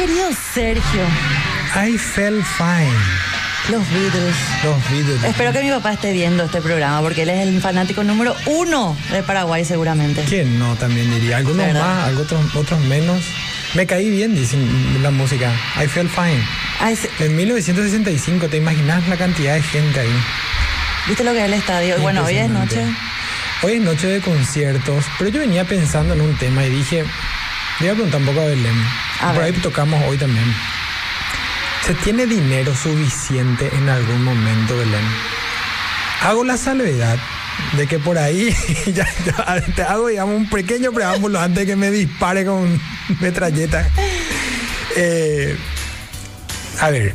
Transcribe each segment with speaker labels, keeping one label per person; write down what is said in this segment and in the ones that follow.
Speaker 1: Don Sergio,
Speaker 2: I felt fine.
Speaker 1: los Beatles.
Speaker 2: Los Beatles.
Speaker 1: Espero que mi papá esté viendo este programa porque él es el fanático número uno de Paraguay seguramente.
Speaker 2: ¿Quién no también diría? Algunos
Speaker 1: ¿Verdad?
Speaker 2: más, algo- otros, otros menos. Me caí bien, dicen la música. I felt fine.
Speaker 1: Ay, se-
Speaker 2: En 1965, ¿te imaginas la cantidad de gente ahí?
Speaker 1: ¿Viste lo que es el estadio? Bueno, hoy es
Speaker 2: Impresionante.
Speaker 1: noche.
Speaker 2: Hoy es noche de conciertos, pero yo venía pensando en un tema y dije, le voy a preguntar un poco a Belén.
Speaker 1: A
Speaker 2: Por
Speaker 1: ver.
Speaker 2: ahí tocamos hoy también. ¿Se tiene dinero suficiente en algún momento, Belén? Hago la salvedad de que por ahí ya, ya te hago, digamos, un pequeño preámbulo antes de que me dispare con metralleta. Eh, a ver,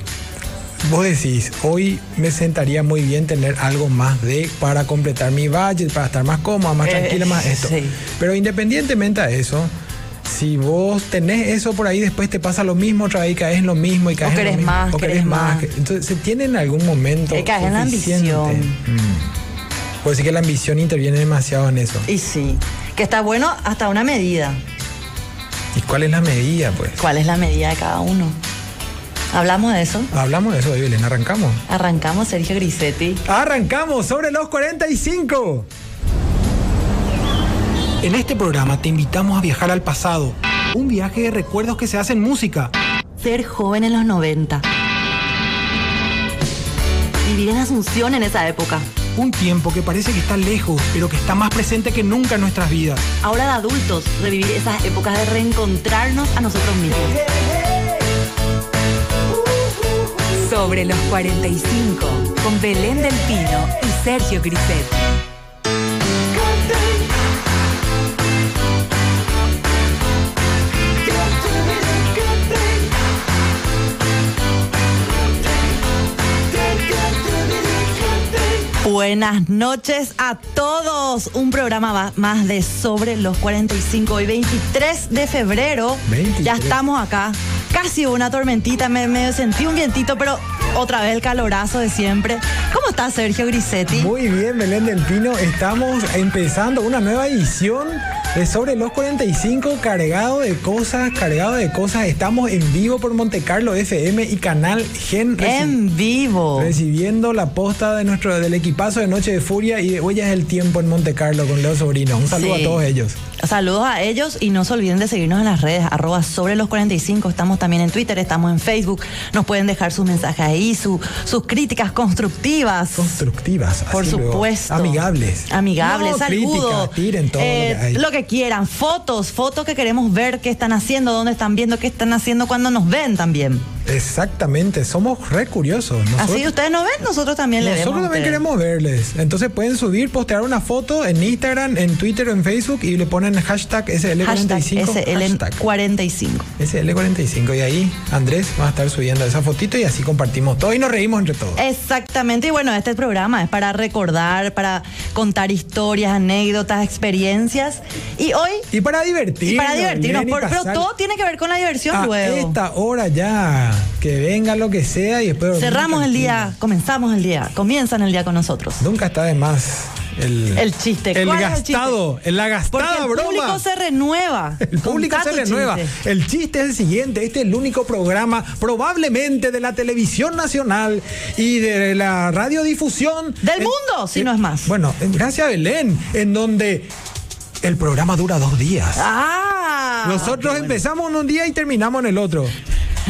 Speaker 2: Vos decís, hoy me sentaría muy bien tener algo más de para completar mi budget, para estar más cómoda, más
Speaker 1: Eh,
Speaker 2: tranquila, más esto.
Speaker 1: sí.
Speaker 2: Pero independientemente a eso, si vos tenés eso por ahí, después te pasa lo mismo otra vez y caes en lo mismo y caes en lo
Speaker 1: querés
Speaker 2: mismo,
Speaker 1: más,
Speaker 2: o
Speaker 1: querés
Speaker 2: querés más.
Speaker 1: más.
Speaker 2: Entonces, se tiene en algún momento.
Speaker 1: Eh, caes en la
Speaker 2: suficiente.
Speaker 1: ambición.
Speaker 2: Mm. Puede ser que la ambición interviene demasiado en eso.
Speaker 1: Y sí, que está bueno hasta una medida.
Speaker 2: ¿Y cuál es la medida, pues?
Speaker 1: ¿Cuál es la medida de cada uno? ¿Hablamos de eso?
Speaker 2: Hablamos de eso hoy, Belén, arrancamos.
Speaker 1: Arrancamos, Sergio Grisetti.
Speaker 2: Arrancamos sobre los 45. En este programa te invitamos a viajar al pasado, un viaje de recuerdos que se hace en música.
Speaker 1: Ser joven en los 90. Vivir en Asunción en esa época.
Speaker 2: Un tiempo que parece que está lejos, pero que está más presente que nunca en nuestras vidas.
Speaker 1: Ahora de adultos, revivir esas épocas de reencontrarnos a nosotros mismos.
Speaker 3: Sobre los 45, con Belén del Pino y Sergio Griset.
Speaker 1: Buenas noches a todos. Un programa va- más de Sobre los 45. Hoy 23 de febrero.
Speaker 2: 23.
Speaker 1: Ya estamos acá. Casi hubo una tormentita, me, me sentí un vientito, pero otra vez el calorazo de siempre. ¿Cómo está Sergio Grisetti?
Speaker 2: Muy bien, Belén del Pino, estamos empezando una nueva edición de Sobre los 45, cargado de cosas, cargado de cosas. Estamos en vivo por Monte Carlo FM y canal Gen. Reci-
Speaker 1: en vivo.
Speaker 2: Recibiendo la posta de nuestro, del equipazo de Noche de Furia y de Huellas del Tiempo en Monte Carlo con Leo Sobrino. Un saludo
Speaker 1: Sí.
Speaker 2: a todos ellos.
Speaker 1: Saludos a ellos y no se olviden de seguirnos en las redes, arroba sobre los 45, estamos también en Twitter, estamos en Facebook, nos pueden dejar sus mensajes ahí, su- sus críticas constructivas.
Speaker 2: Constructivas.
Speaker 1: por
Speaker 2: así luego.
Speaker 1: supuesto.
Speaker 2: Amigables.
Speaker 1: Amigables,
Speaker 2: No,
Speaker 1: saludos.
Speaker 2: críticas, tiren todo
Speaker 1: Eh,
Speaker 2: lo que hay.
Speaker 1: quieran, fotos, fotos que queremos ver qué están haciendo, dónde están viendo, qué están haciendo cuando nos ven también.
Speaker 2: Exactamente, somos re curiosos. Nosotros,
Speaker 1: Así ustedes nos ven, nosotros también le vemos.
Speaker 2: nosotros
Speaker 1: a ustedes.
Speaker 2: también queremos verles. Entonces pueden subir, postear una foto en Instagram, en Twitter o en Facebook y le ponen hashtag
Speaker 1: Hashtag
Speaker 2: SL45. hashtag
Speaker 1: SLN45.
Speaker 2: SL45. Y ahí Andrés va a estar subiendo esa fotito y así compartimos todo y nos reímos entre todos.
Speaker 1: Exactamente, y bueno, este programa es para recordar, para contar historias, anécdotas, experiencias. Y hoy,
Speaker 2: Y para divertirnos.
Speaker 1: y para divertirnos,
Speaker 2: bien, y
Speaker 1: por- pero
Speaker 2: pasar
Speaker 1: todo tiene que ver con la diversión
Speaker 2: a
Speaker 1: luego.
Speaker 2: Ah, esta hora ya. Que venga lo que sea y después. dormir
Speaker 1: Cerramos el día,
Speaker 2: tranquilo.
Speaker 1: comenzamos el día, comienzan el día con nosotros.
Speaker 2: Nunca está de más el,
Speaker 1: El chiste.
Speaker 2: El
Speaker 1: ¿Cuál es el
Speaker 2: gastado.
Speaker 1: chiste?
Speaker 2: El la
Speaker 1: Porque
Speaker 2: gastada
Speaker 1: el
Speaker 2: broma.
Speaker 1: público se renueva.
Speaker 2: El público
Speaker 1: Contá
Speaker 2: se
Speaker 1: tu
Speaker 2: renueva.
Speaker 1: chiste.
Speaker 2: El chiste es el siguiente. Este es el único programa probablemente de la televisión nacional y de la radiodifusión.
Speaker 1: Del
Speaker 2: en-
Speaker 1: mundo, si no es más.
Speaker 2: Bueno, en- gracias a Belén, en donde el programa dura dos días.
Speaker 1: Ah.
Speaker 2: Nosotros empezamos en un día y terminamos en el otro.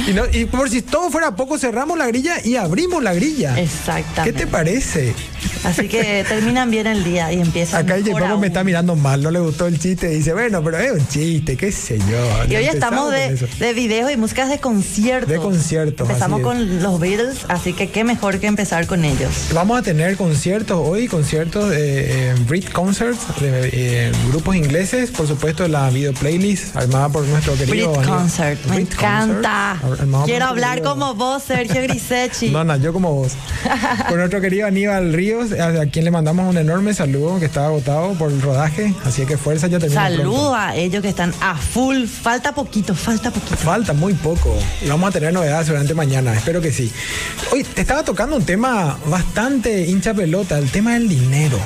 Speaker 2: Y, no- y por si todo fuera poco, cerramos la grilla y abrimos la grilla. ¿Qué
Speaker 1: Exactamente.
Speaker 2: te parece?
Speaker 1: Así que terminan bien el día y empiezan.
Speaker 2: Acá el
Speaker 1: mejor
Speaker 2: J-Pop
Speaker 1: aún.
Speaker 2: me está mirando mal, no le gustó el chiste. Dice, bueno, pero es un chiste, qué sé yo.
Speaker 1: Y hoy
Speaker 2: Ya
Speaker 1: estamos
Speaker 2: empezamos
Speaker 1: de,
Speaker 2: con eso.
Speaker 1: de videos y músicas de conciertos.
Speaker 2: De conciertos,
Speaker 1: Empezamos
Speaker 2: así es.
Speaker 1: con los Beatles, así que qué mejor que empezar con ellos.
Speaker 2: Vamos a tener conciertos hoy, conciertos eh, eh, Brit Concerts de eh, grupos ingleses, por supuesto la video playlist armada por nuestro querido
Speaker 1: Brit
Speaker 2: amigo-
Speaker 1: Concert, me
Speaker 2: Brit
Speaker 1: encanta.
Speaker 2: Concerts, armado por
Speaker 1: Quiero
Speaker 2: nuestro
Speaker 1: hablar
Speaker 2: querido-
Speaker 1: como vos, Sergio Grisechi.
Speaker 2: No, no, yo como vos. Con nuestro querido Aníbal Ríos, a a quien le mandamos un enorme saludo, que está agotado por el rodaje. Así que fuerza, ya termina.
Speaker 1: Saludo
Speaker 2: pronto.
Speaker 1: a ellos que están a full. Falta poquito, falta poquito.
Speaker 2: Falta muy poco. Y Vamos a tener novedades durante mañana, espero que sí. Hoy te estaba tocando un tema bastante hincha pelota, el tema del dinero.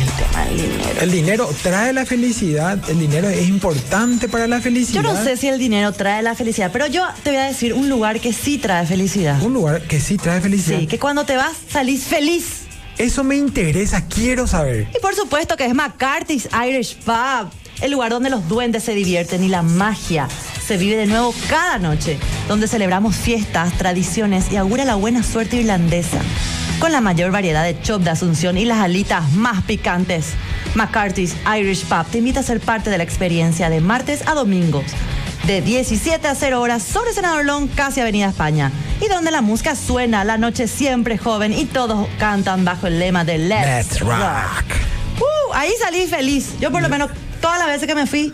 Speaker 1: el tema del dinero.
Speaker 2: El dinero trae la felicidad, el dinero es importante para la
Speaker 1: Yo
Speaker 2: felicidad.
Speaker 1: no sé si el dinero trae la felicidad, pero yo te voy a decir un lugar que sí trae felicidad.
Speaker 2: Un lugar que sí trae felicidad.
Speaker 1: Sí, que cuando te vas salís feliz.
Speaker 2: Eso me interesa, quiero saber.
Speaker 1: Y por supuesto que es McCarthy's Irish Pub, el lugar donde los duendes se divierten y la magia se vive de nuevo cada noche, donde celebramos fiestas, tradiciones y augura la buena suerte irlandesa. Con la mayor variedad de chop de Asunción y las alitas más picantes, McCarthy's Irish Pub te invita a ser parte de la experiencia de martes a domingos, de 17 a 0 horas sobre Senador Long, casi Avenida España, y donde la música suena, la noche siempre joven y todos cantan bajo el lema de Let's,
Speaker 2: Let's
Speaker 1: rock.
Speaker 2: rock.
Speaker 1: Uh, ahí salí feliz. Yo por lo menos todas las veces que me fui,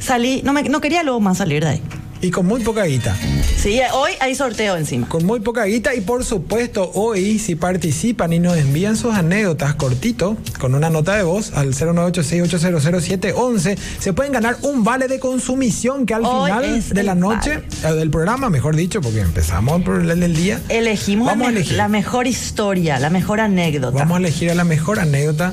Speaker 1: salí, no, me, no quería luego más salir de ahí.
Speaker 2: Y con muy poca guita.
Speaker 1: Sí, eh, hoy hay sorteo encima.
Speaker 2: Con muy poca guita y por supuesto hoy si participan y nos envían sus anécdotas cortito con una nota de voz al 0986800711 se pueden ganar un vale de consumición que al
Speaker 1: Hoy
Speaker 2: final
Speaker 1: es
Speaker 2: de
Speaker 1: el
Speaker 2: la noche eh, del programa, mejor dicho, porque empezamos por el del día.
Speaker 1: Elegimos la,
Speaker 2: vamos a
Speaker 1: me-
Speaker 2: elegir.
Speaker 1: la mejor historia, la mejor anécdota.
Speaker 2: Vamos a elegir a la mejor anécdota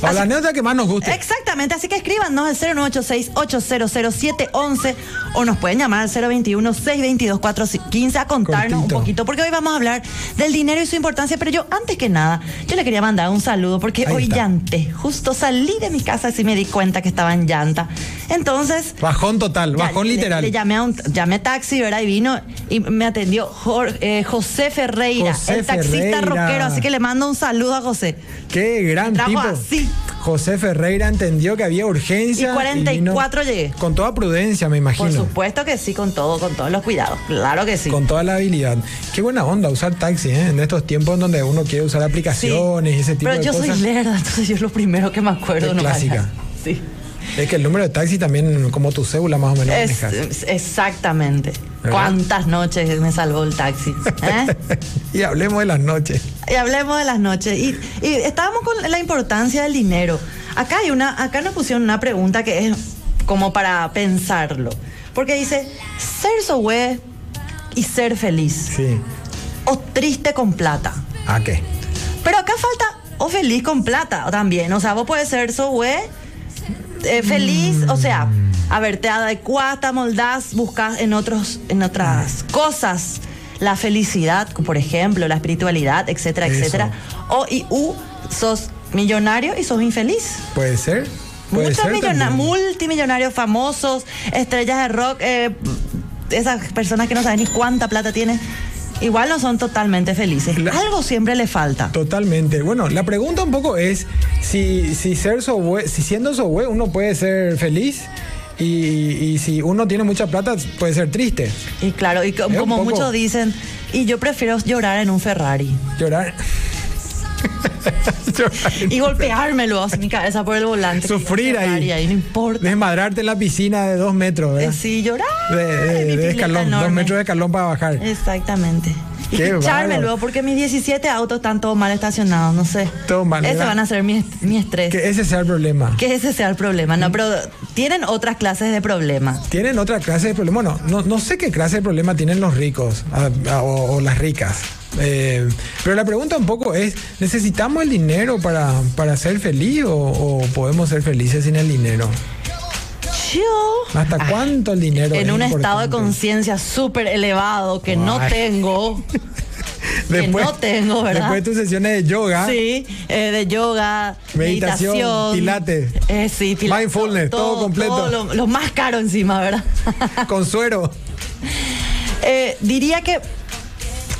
Speaker 2: o a
Speaker 1: Así-
Speaker 2: la anécdota que más nos guste.
Speaker 1: Exactamente, así que escríbanos al 0986-800711 o nos pueden llamar al 021-622-415 a contarnos un
Speaker 2: Cortito.
Speaker 1: poquito, porque hoy vamos a hablar del dinero y su importancia, pero yo antes que nada, yo le quería mandar un saludo porque
Speaker 2: Ahí
Speaker 1: hoy
Speaker 2: está.
Speaker 1: llanté, justo salí de mi casa y me di cuenta que estaba en llanta. Entonces,
Speaker 2: Bajón total,
Speaker 1: Ya,
Speaker 2: bajón
Speaker 1: le-
Speaker 2: literal.
Speaker 1: Le, llamé a un llamé taxi, ¿verdad? Y vino y me atendió Jor- eh, José Ferreira,
Speaker 2: José
Speaker 1: el taxista
Speaker 2: Ferreira.
Speaker 1: rockero. Así que le mando un saludo a José.
Speaker 2: Qué gran
Speaker 1: Trajo
Speaker 2: tipo.
Speaker 1: así.
Speaker 2: José Ferreira entendió que había urgencia.
Speaker 1: Y 44
Speaker 2: vino
Speaker 1: llegué.
Speaker 2: Con toda prudencia, me imagino.
Speaker 1: Por supuesto que sí, con todo, con todos los cuidados. Claro que sí.
Speaker 2: Con toda la habilidad. Qué buena onda usar taxi, ¿eh? En estos tiempos donde uno quiere usar
Speaker 1: Sí.
Speaker 2: aplicaciones y ese tipo
Speaker 1: Pero
Speaker 2: de
Speaker 1: yo
Speaker 2: cosas.
Speaker 1: soy lerda, entonces yo es lo primero que me acuerdo.
Speaker 2: Qué
Speaker 1: no
Speaker 2: clásica.
Speaker 1: vayas. Sí.
Speaker 2: Es que el número de taxi también, como tu cédula más o menos
Speaker 1: Es- eh,
Speaker 2: manejas.
Speaker 1: es- exactamente.
Speaker 2: ¿Verdad?
Speaker 1: ¿Cuántas noches me salvó el taxi? ¿eh?
Speaker 2: y hablemos de las noches.
Speaker 1: Y hablemos de las noches. Y, y estábamos con la importancia del dinero. Acá hay una, acá nos pusieron una pregunta que es como para pensarlo. Porque dice, ser sohue y ser feliz.
Speaker 2: Sí.
Speaker 1: O triste con plata.
Speaker 2: ¿A qué?
Speaker 1: Pero acá falta o feliz con plata también. O sea, vos puedes ser sohue, eh, feliz, o sea,
Speaker 2: Mm.
Speaker 1: a ver, te adecuás, te amoldás, buscas en, otros, en otras cosas la felicidad, por ejemplo, la espiritualidad, etcétera,
Speaker 2: Eso.
Speaker 1: etcétera. O y u, sos millonario y sos infeliz.
Speaker 2: ¿Puede ser? Puede
Speaker 1: Muchos
Speaker 2: ser
Speaker 1: millona-
Speaker 2: también.
Speaker 1: multimillonarios famosos, estrellas de rock, eh, esas personas que no saben ni cuánta plata tienen, igual no son totalmente felices.
Speaker 2: La-
Speaker 1: Algo siempre le falta.
Speaker 2: Totalmente. Bueno, la pregunta un poco es si, si ser sobue- si siendo sohue uno puede ser feliz y, y si uno tiene mucha plata puede ser triste.
Speaker 1: Y claro, y co-
Speaker 2: Es Eh, un
Speaker 1: como
Speaker 2: poco-
Speaker 1: muchos dicen, y yo prefiero llorar en un Ferrari
Speaker 2: Llorar. Llorar.
Speaker 1: y golpeármelo así mi cabeza por el volante.
Speaker 2: Sufrir
Speaker 1: que un Ferrari
Speaker 2: ahí.
Speaker 1: no importa.
Speaker 2: Desmadrarte en la piscina de dos metros,
Speaker 1: Eh,
Speaker 2: ¿verdad?
Speaker 1: sí, llorar.
Speaker 2: De, de-
Speaker 1: mi
Speaker 2: de
Speaker 1: pileta
Speaker 2: escalón, dos
Speaker 1: enorme.
Speaker 2: metros de escalón para bajar.
Speaker 1: Exactamente. Y
Speaker 2: Qué
Speaker 1: echarme
Speaker 2: bárbaro.
Speaker 1: luego porque mis 17 autos están todos mal estacionados, no sé.
Speaker 2: Todo mal,
Speaker 1: Ese
Speaker 2: ¿verdad?
Speaker 1: van a ser mi, est- mi estrés.
Speaker 2: Que ese sea el problema.
Speaker 1: Que ese sea el problema. No, pero tienen otras clases de problemas.
Speaker 2: Tienen otra clase de problema. Bueno, no, no sé qué clase de problema tienen los ricos a- a- o, o las ricas. Eh, pero la pregunta un poco es, ¿necesitamos el dinero para, para ser feliz o, o podemos ser felices sin el dinero?
Speaker 1: Yo.
Speaker 2: ¿Hasta
Speaker 1: Ah,
Speaker 2: cuánto el dinero?
Speaker 1: En
Speaker 2: es
Speaker 1: un estado de
Speaker 2: importante?
Speaker 1: conciencia súper elevado que no
Speaker 2: Ay.
Speaker 1: tengo. que no tengo, ¿verdad?
Speaker 2: Después de tus sesiones de yoga,
Speaker 1: Sí, eh, de yoga,
Speaker 2: Meditación,
Speaker 1: meditación,
Speaker 2: pilates.
Speaker 1: eh, sí, pilates,
Speaker 2: Mindfulness, todo completo.
Speaker 1: todo lo, lo más caro encima, ¿verdad?
Speaker 2: con suero.
Speaker 1: Eh, diría que,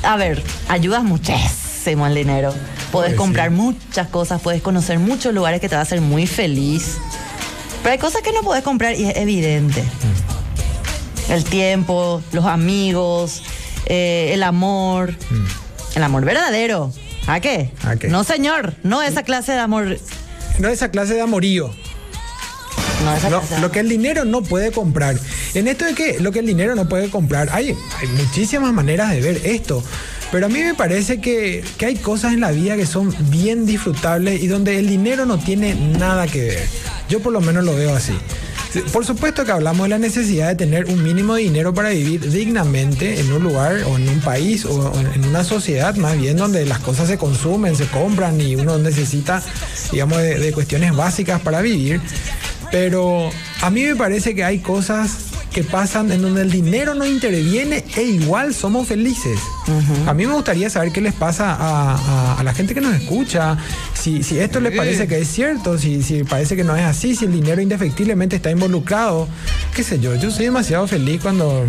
Speaker 1: a ver, ayudas muchísimo al dinero. Podés
Speaker 2: Pues sí.
Speaker 1: comprar muchas cosas, puedes conocer muchos lugares que te va a hacer muy feliz. Pero hay cosas que no podés comprar y es evidente.
Speaker 2: Mm.
Speaker 1: El tiempo, los amigos, eh, el amor. El amor verdadero. ¿A qué?
Speaker 2: Mm. ¿A qué? Mm.
Speaker 1: No, señor. No esa clase de amor.
Speaker 2: No esa clase de amorío.
Speaker 1: No esa
Speaker 2: Lo,
Speaker 1: clase de
Speaker 2: lo
Speaker 1: amor.
Speaker 2: que el dinero no puede comprar. En esto de que lo que el dinero no puede comprar, hay, hay muchísimas maneras de ver esto. Pero a mí me parece que, que hay cosas en la vida que son bien disfrutables y donde el dinero no tiene nada que ver. Yo por lo menos lo veo así. Por supuesto que hablamos de la necesidad de tener un mínimo de dinero para vivir dignamente en un lugar o en un país o en una sociedad más bien donde las cosas se consumen, se compran y uno necesita, digamos, de, de cuestiones básicas para vivir. Pero a mí me parece que hay cosas que pasan en donde el dinero no interviene e igual somos felices. A mí me gustaría saber qué les pasa a, a- a la gente que nos escucha, si, si esto les parece que es cierto, si, si parece que no es así, si el dinero indefectiblemente está involucrado, qué sé yo, yo soy demasiado feliz cuando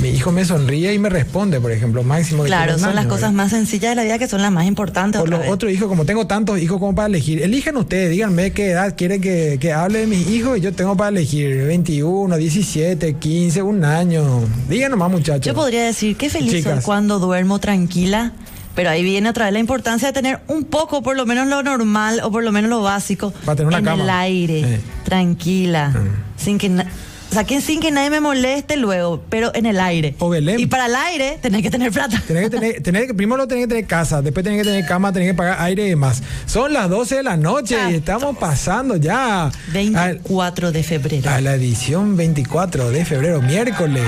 Speaker 2: mi hijo me sonríe y me responde, por ejemplo, máximo. que
Speaker 1: Claro,
Speaker 2: tiene un
Speaker 1: son las
Speaker 2: año,
Speaker 1: cosas
Speaker 2: ¿verdad?
Speaker 1: más sencillas de la vida que son las más importantes.
Speaker 2: eh. Por
Speaker 1: otra
Speaker 2: los
Speaker 1: vez.
Speaker 2: otros hijos, como tengo tantos hijos como para elegir, elijan ustedes, díganme qué edad quieren que, que hable de mis hijos y yo tengo para elegir 21, 17, 15, un año. Díganos más muchachos.
Speaker 1: Yo podría decir, qué feliz soy
Speaker 2: Chicas.
Speaker 1: cuando duermo tranquila, pero ahí viene otra vez la importancia de tener un poco, por lo menos lo normal o por lo menos lo básico,
Speaker 2: Para tener una
Speaker 1: en el
Speaker 2: cama.
Speaker 1: aire,
Speaker 2: Eh.
Speaker 1: tranquila,
Speaker 2: Mm.
Speaker 1: sin que... na- o sea, que sin que nadie me moleste luego, pero en el aire.
Speaker 2: O Belén.
Speaker 1: Y para el aire tenés que tener plata.
Speaker 2: Tenés que tener, tenés que- primero tenés que tener casa, después tenés que tener cama, tenés que pagar aire y demás. Son las 12 de la noche
Speaker 1: Ya.
Speaker 2: y estamos pasando ya Ah, al-
Speaker 1: 24 de febrero.
Speaker 2: a la edición 24 de febrero, miércoles.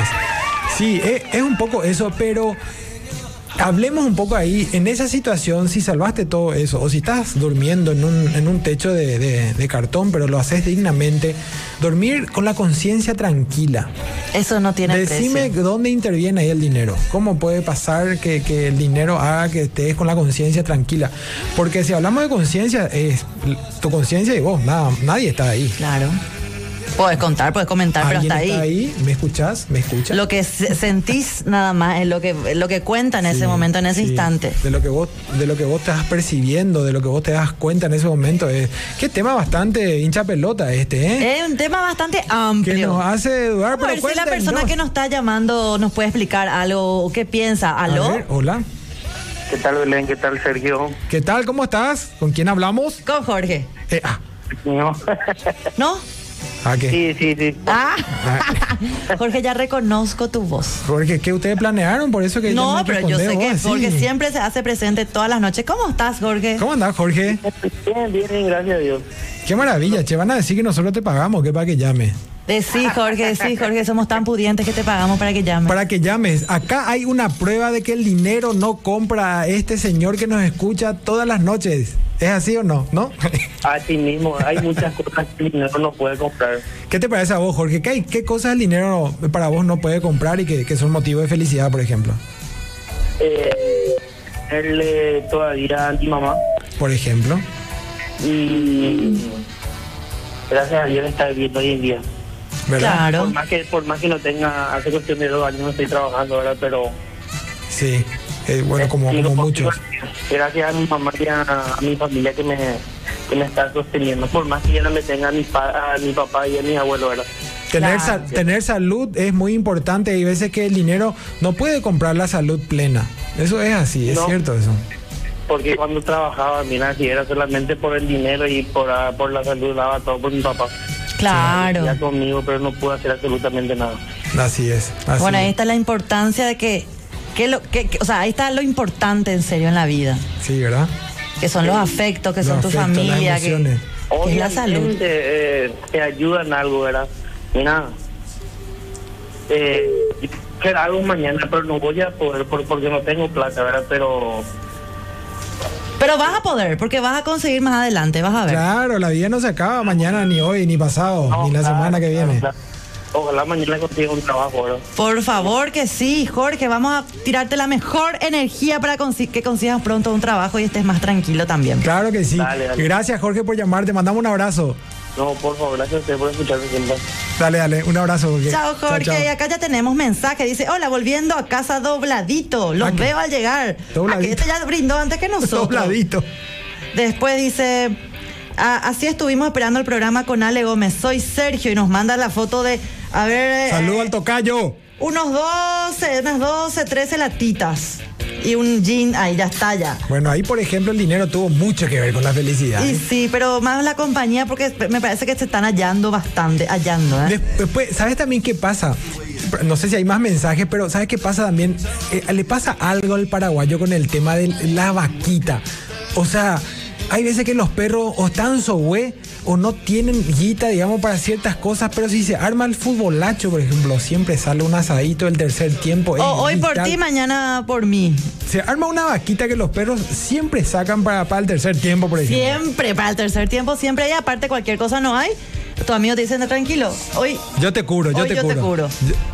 Speaker 2: Sí, e- es, un poco eso, pero hablemos un poco ahí, en esa situación, si salvaste todo eso, o si estás durmiendo en un, en un techo de, de- de cartón, pero lo haces dignamente, dormir con la conciencia tranquila.
Speaker 1: Eso no tiene
Speaker 2: Decime
Speaker 1: precio.
Speaker 2: dónde interviene ahí el dinero. ¿Cómo puede pasar que, que el dinero haga que estés con la conciencia tranquila? Porque si hablamos de conciencia, es tu conciencia y vos, nada, nadie está ahí.
Speaker 1: Claro. Puedes contar, puedes comentar, pero
Speaker 2: ¿Alguien
Speaker 1: hasta
Speaker 2: está
Speaker 1: ahí.
Speaker 2: ahí? ¿Me escuchás? ¿Me escuchas?
Speaker 1: Lo que se- sentís nada más, es lo que, lo que cuenta en ese momento, en ese
Speaker 2: Sí.
Speaker 1: instante.
Speaker 2: De lo que vos, de lo que vos estás percibiendo, de lo que vos te das cuenta en ese momento. Es, qué tema bastante hincha pelota este, ¿eh?
Speaker 1: Es un tema bastante
Speaker 2: que
Speaker 1: amplio.
Speaker 2: nos hace dudar,
Speaker 1: Vamos a
Speaker 2: pero
Speaker 1: ver si la
Speaker 2: cuéntenos.
Speaker 1: persona que nos está llamando nos puede explicar algo o qué piensa.
Speaker 2: A
Speaker 1: ¿Aló?
Speaker 2: ver, hola.
Speaker 4: ¿Qué tal Belén? ¿Qué tal Sergio?
Speaker 2: ¿Qué tal? ¿Cómo estás? ¿Con quién hablamos?
Speaker 1: Con Jorge.
Speaker 2: Eh, ah,
Speaker 4: No.
Speaker 1: ¿No?
Speaker 2: ¿a qué?
Speaker 4: Sí, sí, sí.
Speaker 1: Ah.
Speaker 2: Ah.
Speaker 1: Jorge, ya reconozco tu voz.
Speaker 2: Jorge, ¿qué ustedes planearon? Por eso que
Speaker 1: No, pero yo sé que Jorge
Speaker 2: porque
Speaker 1: siempre se hace presente todas las noches. ¿Cómo estás, Jorge?
Speaker 2: ¿Cómo andás, Jorge?
Speaker 4: Bien, bien, bien, gracias a Dios.
Speaker 2: Qué maravilla, che, van a decir que nosotros te pagamos, que para que llames.
Speaker 1: Decí, Jorge, sí, Jorge, somos tan pudientes que te pagamos para que llames.
Speaker 2: Para que llames. Acá hay una prueba de que el dinero no compra a este señor que nos escucha todas las noches. ¿Es así o no? ¿No?
Speaker 4: Así mismo, hay muchas cosas que el dinero no puede comprar.
Speaker 2: ¿Qué te parece a vos, Jorge? ¿Qué, hay- qué cosas el dinero no- para vos no puede comprar y que, que son motivo de felicidad, por ejemplo?
Speaker 4: Eh, él eh, todavía a mi mamá
Speaker 2: Por ejemplo.
Speaker 4: y gracias a Dios está viviendo hoy en día.
Speaker 2: ¿Verdad?
Speaker 1: Claro.
Speaker 4: Por más que por más que no tenga, hace cuestión de dos años no estoy trabajando ahora, pero...
Speaker 2: Sí. Eh, bueno, como,
Speaker 4: digo,
Speaker 2: como muchos.
Speaker 4: Gracias a mi mamá y a, a mi familia que me, que me está sosteniendo, por más que ya no me tenga a mi, pa- a mi papá y a mis abuelos, ¿verdad?
Speaker 2: Tener,
Speaker 1: Claro.
Speaker 2: sa- tener salud es muy importante. Hay veces que el dinero no puede comprar la salud plena. Eso es así, es
Speaker 4: No.
Speaker 2: cierto eso.
Speaker 4: Porque cuando trabajaba, mira, si era solamente por el dinero y por, ah, por la salud, daba todo por mi papá.
Speaker 1: Claro.
Speaker 4: Ya conmigo, pero no pude hacer absolutamente nada.
Speaker 2: Así es. así
Speaker 1: Bueno, ahí
Speaker 2: es.
Speaker 1: está la importancia de que, que lo, que- que- o sea, ahí está lo importante en serio en la vida,
Speaker 2: Sí, ¿verdad?
Speaker 1: que son los afectos, que
Speaker 2: Los
Speaker 1: son tu
Speaker 2: afectos, las
Speaker 1: familia, que,
Speaker 2: emociones.
Speaker 1: que es la salud.
Speaker 4: Obviamente, eh, te ayudan algo, ¿verdad? Mira, eh, que algo mañana, pero no voy a poder por- porque no tengo plata, ¿verdad? Pero
Speaker 1: Pero vas a poder, porque vas a conseguir más adelante, vas a ver.
Speaker 2: Claro, la vida no se acaba mañana, ni hoy, ni pasado,
Speaker 4: No,
Speaker 2: Pues ni la
Speaker 4: claro,
Speaker 2: semana que
Speaker 4: claro,
Speaker 2: viene.
Speaker 4: claro. Ojalá mañana consiga un trabajo, ¿verdad?
Speaker 1: Por favor que sí, Jorge, vamos a tirarte la mejor energía para consi- que consigas pronto un trabajo y estés más tranquilo también.
Speaker 2: Claro que sí.
Speaker 4: Dale, dale.
Speaker 2: Gracias, Jorge, por llamarte. mandamos un abrazo.
Speaker 4: No, por favor, gracias a ustedes por escucharme siempre.
Speaker 2: Dale, dale, un abrazo, Jorge.
Speaker 1: Chao Jorge,
Speaker 2: chao.
Speaker 1: y acá ya tenemos mensaje, dice, hola, volviendo a casa dobladito, los
Speaker 2: Ah, que-
Speaker 1: veo al llegar.
Speaker 2: Dobladito.
Speaker 1: Ah, que este ya brindó antes que nosotros.
Speaker 2: Dobladito.
Speaker 1: Después dice, "Ah, así estuvimos esperando el programa con Ale Gómez, soy Sergio y nos manda la foto de, a ver, eh,
Speaker 2: Saludo al tocayo.
Speaker 1: unos 12, unas 12, 13 latitas y un jean, ahí ya está ya.
Speaker 2: Bueno, ahí, por ejemplo, el dinero tuvo mucho que ver con la felicidad.
Speaker 1: Y sí, pero más la compañía porque me parece que se están hallando bastante, hallando, ¿eh?
Speaker 2: Des- Después, ¿sabes también qué pasa? No sé si hay más mensajes, pero ¿sabes qué pasa también? Eh, le pasa algo al paraguayo con el tema de la vaquita. O sea, hay veces que los perros o están sohue o no tienen guita, digamos, para ciertas cosas, pero si se arma el futbolacho, por ejemplo, siempre sale un asadito el tercer tiempo.
Speaker 1: O
Speaker 2: eh,
Speaker 1: hoy
Speaker 2: y
Speaker 1: por
Speaker 2: tal.
Speaker 1: ti, mañana por mí.
Speaker 2: Se arma una vaquita que los perros siempre sacan para, para el tercer tiempo, por ejemplo.
Speaker 1: Siempre, para el tercer tiempo, siempre hay. Aparte, cualquier cosa no hay. Tus amigos te dicen, tranquilo, hoy...
Speaker 2: Yo te curo, yo,
Speaker 1: Hoy
Speaker 2: te,
Speaker 1: yo te
Speaker 2: curo.
Speaker 1: curo.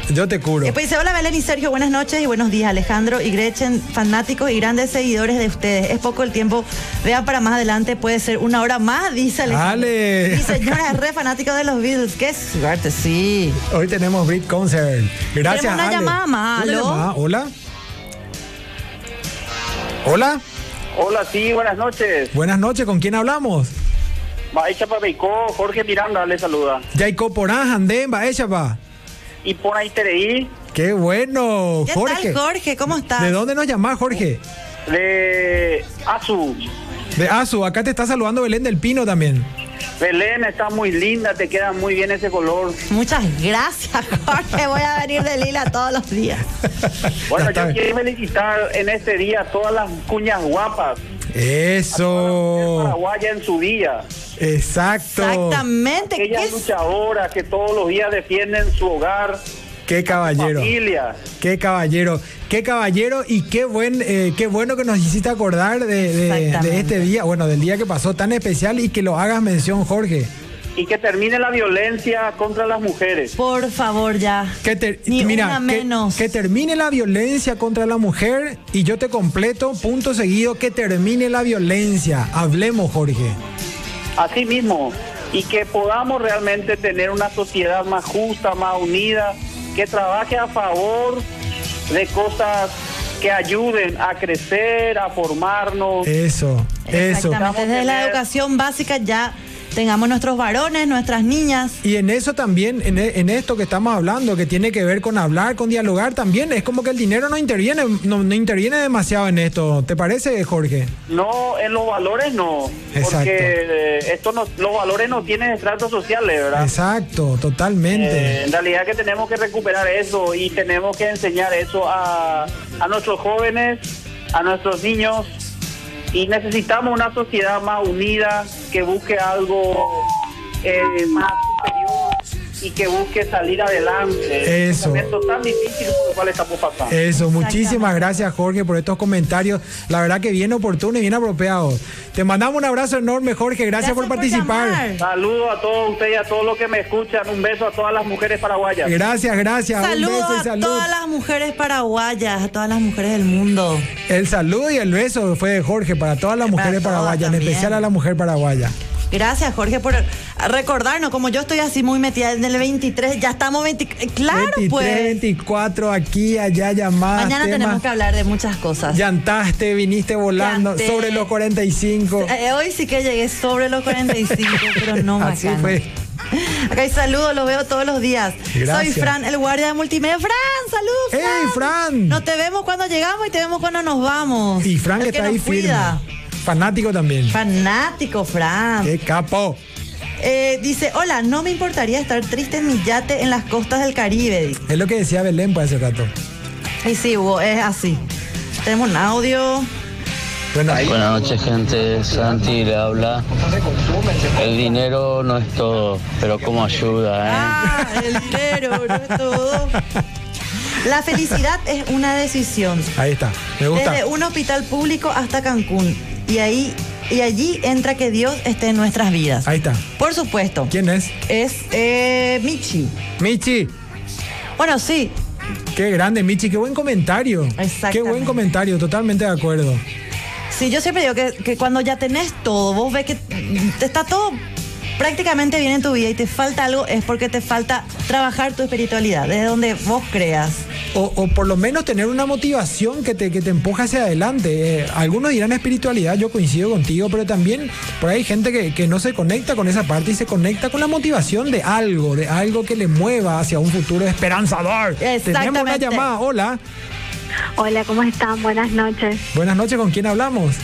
Speaker 2: Yo, yo te curo.
Speaker 1: Después dice, hola pues, Belén y Sergio, buenas noches y buenos días Alejandro y Gretchen, fanáticos y grandes seguidores de ustedes. Es poco el tiempo, vean para más adelante, puede ser una hora más, dice Alejandro.
Speaker 2: Dale.
Speaker 1: Y señora, es re fanático de los Beatles, qué suerte, sí.
Speaker 2: Hoy tenemos Brit Concert. Gracias.
Speaker 1: Tenemos una
Speaker 2: Ale.
Speaker 1: llamada más,
Speaker 2: Una
Speaker 1: ¿aló?
Speaker 2: llamada, Hola. Hola.
Speaker 4: Hola, sí, buenas noches.
Speaker 2: Buenas noches. ¿Con quién hablamos?
Speaker 4: Baecha Papeicó, Jorge Miranda le saluda.
Speaker 2: Jacob Porán, Andén, Baechapa.
Speaker 4: Y por ahí Tereí,
Speaker 2: Qué bueno,
Speaker 1: ¿Qué
Speaker 2: Jorge.
Speaker 1: tal Jorge? ¿Cómo estás?
Speaker 2: ¿De dónde nos llamás, Jorge?
Speaker 4: de Azu.
Speaker 2: De Azu. Acá te está saludando Belén del Pino también.
Speaker 4: Belén está muy linda, te queda muy bien ese color.
Speaker 1: Muchas gracias Jorge, voy a venir de Lila todos los días.
Speaker 2: Ya
Speaker 4: Bueno,
Speaker 2: está
Speaker 4: yo
Speaker 2: bien.
Speaker 4: quiero felicitar en este día a todas las cuñas guapas.
Speaker 2: Oh. Eso.
Speaker 4: Paraguaya en su día.
Speaker 2: Exacto.
Speaker 1: Exactamente,
Speaker 4: Aquellas
Speaker 1: qué
Speaker 4: luchadoras que todos los días defienden su hogar,
Speaker 2: Qué caballero.
Speaker 4: familia.
Speaker 2: Qué caballero, qué caballero y qué buen, eh, qué bueno que nos hiciste acordar de, de- de
Speaker 1: Exactamente.
Speaker 2: este día, bueno, del día que pasó tan especial y que lo hagas mención, Jorge.
Speaker 4: Y que termine la violencia contra las mujeres.
Speaker 1: Por favor, ya.
Speaker 2: Que ter-
Speaker 1: Ni
Speaker 2: mira,
Speaker 1: una
Speaker 2: que-
Speaker 1: menos.
Speaker 2: Que, termine la violencia contra la mujer y yo te completo, punto seguido, que termine la violencia. Hablemos, Jorge.
Speaker 4: Así mismo. Y que podamos realmente tener una sociedad más justa, más unida, que trabaje a favor de cosas que ayuden a crecer, a formarnos.
Speaker 2: Eso, eso.
Speaker 1: Exactamente, desde la educación básica ya tengamos nuestros varones, nuestras niñas.
Speaker 2: Y en eso también, en, e- en esto que estamos hablando, que tiene que ver con hablar, con dialogar también, es como que el dinero no interviene, no, no interviene demasiado en esto. ¿Te parece, Jorge?
Speaker 4: No, en los valores no.
Speaker 2: Exacto.
Speaker 4: Porque eh, esto no, los valores no tienen estratos sociales, ¿verdad?
Speaker 2: Exacto,
Speaker 4: Eh,
Speaker 2: totalmente.
Speaker 4: en realidad que tenemos que recuperar eso y tenemos que enseñar eso a, a nuestros jóvenes, a nuestros niños. Y necesitamos una sociedad más unida, que busque algo eh, más superior y que busque salir adelante.
Speaker 2: Eso. Eh.
Speaker 4: Es un momento tan difícil por el cual estamos pasando.
Speaker 2: Eso, muchísimas gracias Jorge por estos comentarios. La verdad que bien oportuno y bien apropiado. Te mandamos un abrazo enorme Jorge, gracias, por participar.
Speaker 1: llamar.
Speaker 4: Saludos a todos ustedes y a todos los que me escuchan. Un beso a todas las mujeres paraguayas.
Speaker 2: gracias, gracias. Un beso y
Speaker 1: Saludos a
Speaker 2: salud.
Speaker 1: todas las mujeres paraguayas, a todas las mujeres del mundo.
Speaker 2: El saludo y el beso fue de Jorge para todas las
Speaker 1: Para
Speaker 2: mujeres
Speaker 1: todas
Speaker 2: paraguayas, en
Speaker 1: también.
Speaker 2: especial a la mujer paraguaya.
Speaker 1: Gracias, Jorge, por recordarnos. Como yo estoy así muy metida en el 23, ya estamos 20. Claro,
Speaker 2: 23,
Speaker 1: pues.
Speaker 2: 24, aquí, allá, llamadas.
Speaker 1: Mañana
Speaker 2: temas.
Speaker 1: tenemos que hablar de muchas cosas.
Speaker 2: Llantaste, viniste volando
Speaker 1: Llanté.
Speaker 2: sobre los 45.
Speaker 1: Eh, hoy sí que llegué sobre los 45, pero no más.
Speaker 2: Así fue.
Speaker 1: Acá hay saludos, los veo todos los días. Soy
Speaker 2: Gracias.
Speaker 1: Fran, el guardia de multimedia. Fran, saludos. Fran.
Speaker 2: ¡Ey, Fran!
Speaker 1: No te vemos cuando llegamos y te vemos cuando nos vamos.
Speaker 2: Y Frank
Speaker 1: El que
Speaker 2: está ahí
Speaker 1: nos cuida.
Speaker 2: firme. Fanático también.
Speaker 1: Fanático, Fran.
Speaker 2: ¡Qué capo!
Speaker 1: Eh, dice, hola, no me importaría estar triste en mi yate en las costas del Caribe. dice.
Speaker 2: Es lo que decía Belén pues, hace rato.
Speaker 1: Y sí, Hugo, es así. Tenemos un audio.
Speaker 2: Bueno, ahí.
Speaker 5: Buenas noches gente, Santi le habla. El dinero no es todo, pero como ayuda, ¿eh?
Speaker 1: Ah, el dinero, no es todo. La felicidad es una decisión.
Speaker 2: Ahí está. Me gusta.
Speaker 1: Desde un hospital público hasta Cancún. Y ahí y allí entra que Dios esté en nuestras vidas.
Speaker 2: Ahí está.
Speaker 1: Por supuesto.
Speaker 2: ¿Quién es?
Speaker 1: Es eh, Michi.
Speaker 2: Michi.
Speaker 1: Bueno, sí.
Speaker 2: Qué grande, Michi. Qué buen comentario. Qué
Speaker 1: Exactamente.
Speaker 2: buen comentario. Totalmente de acuerdo.
Speaker 1: Sí, yo siempre digo que, que cuando ya tenés todo, vos ves que te está todo prácticamente bien en tu vida y te falta algo, es porque te falta trabajar tu espiritualidad, desde donde vos creas.
Speaker 2: O, o por lo menos tener una motivación que te, que te empuja hacia adelante. Eh, algunos dirán espiritualidad, yo coincido contigo, pero también por ahí hay gente que, que no se conecta con esa parte y se conecta con la motivación de algo, de algo que le mueva hacia un futuro esperanzador. Tenemos una
Speaker 1: Exactamente.
Speaker 2: llamada. Hola.
Speaker 6: Hola, ¿cómo están? Buenas noches.
Speaker 2: Buenas noches. ¿Con quién hablamos?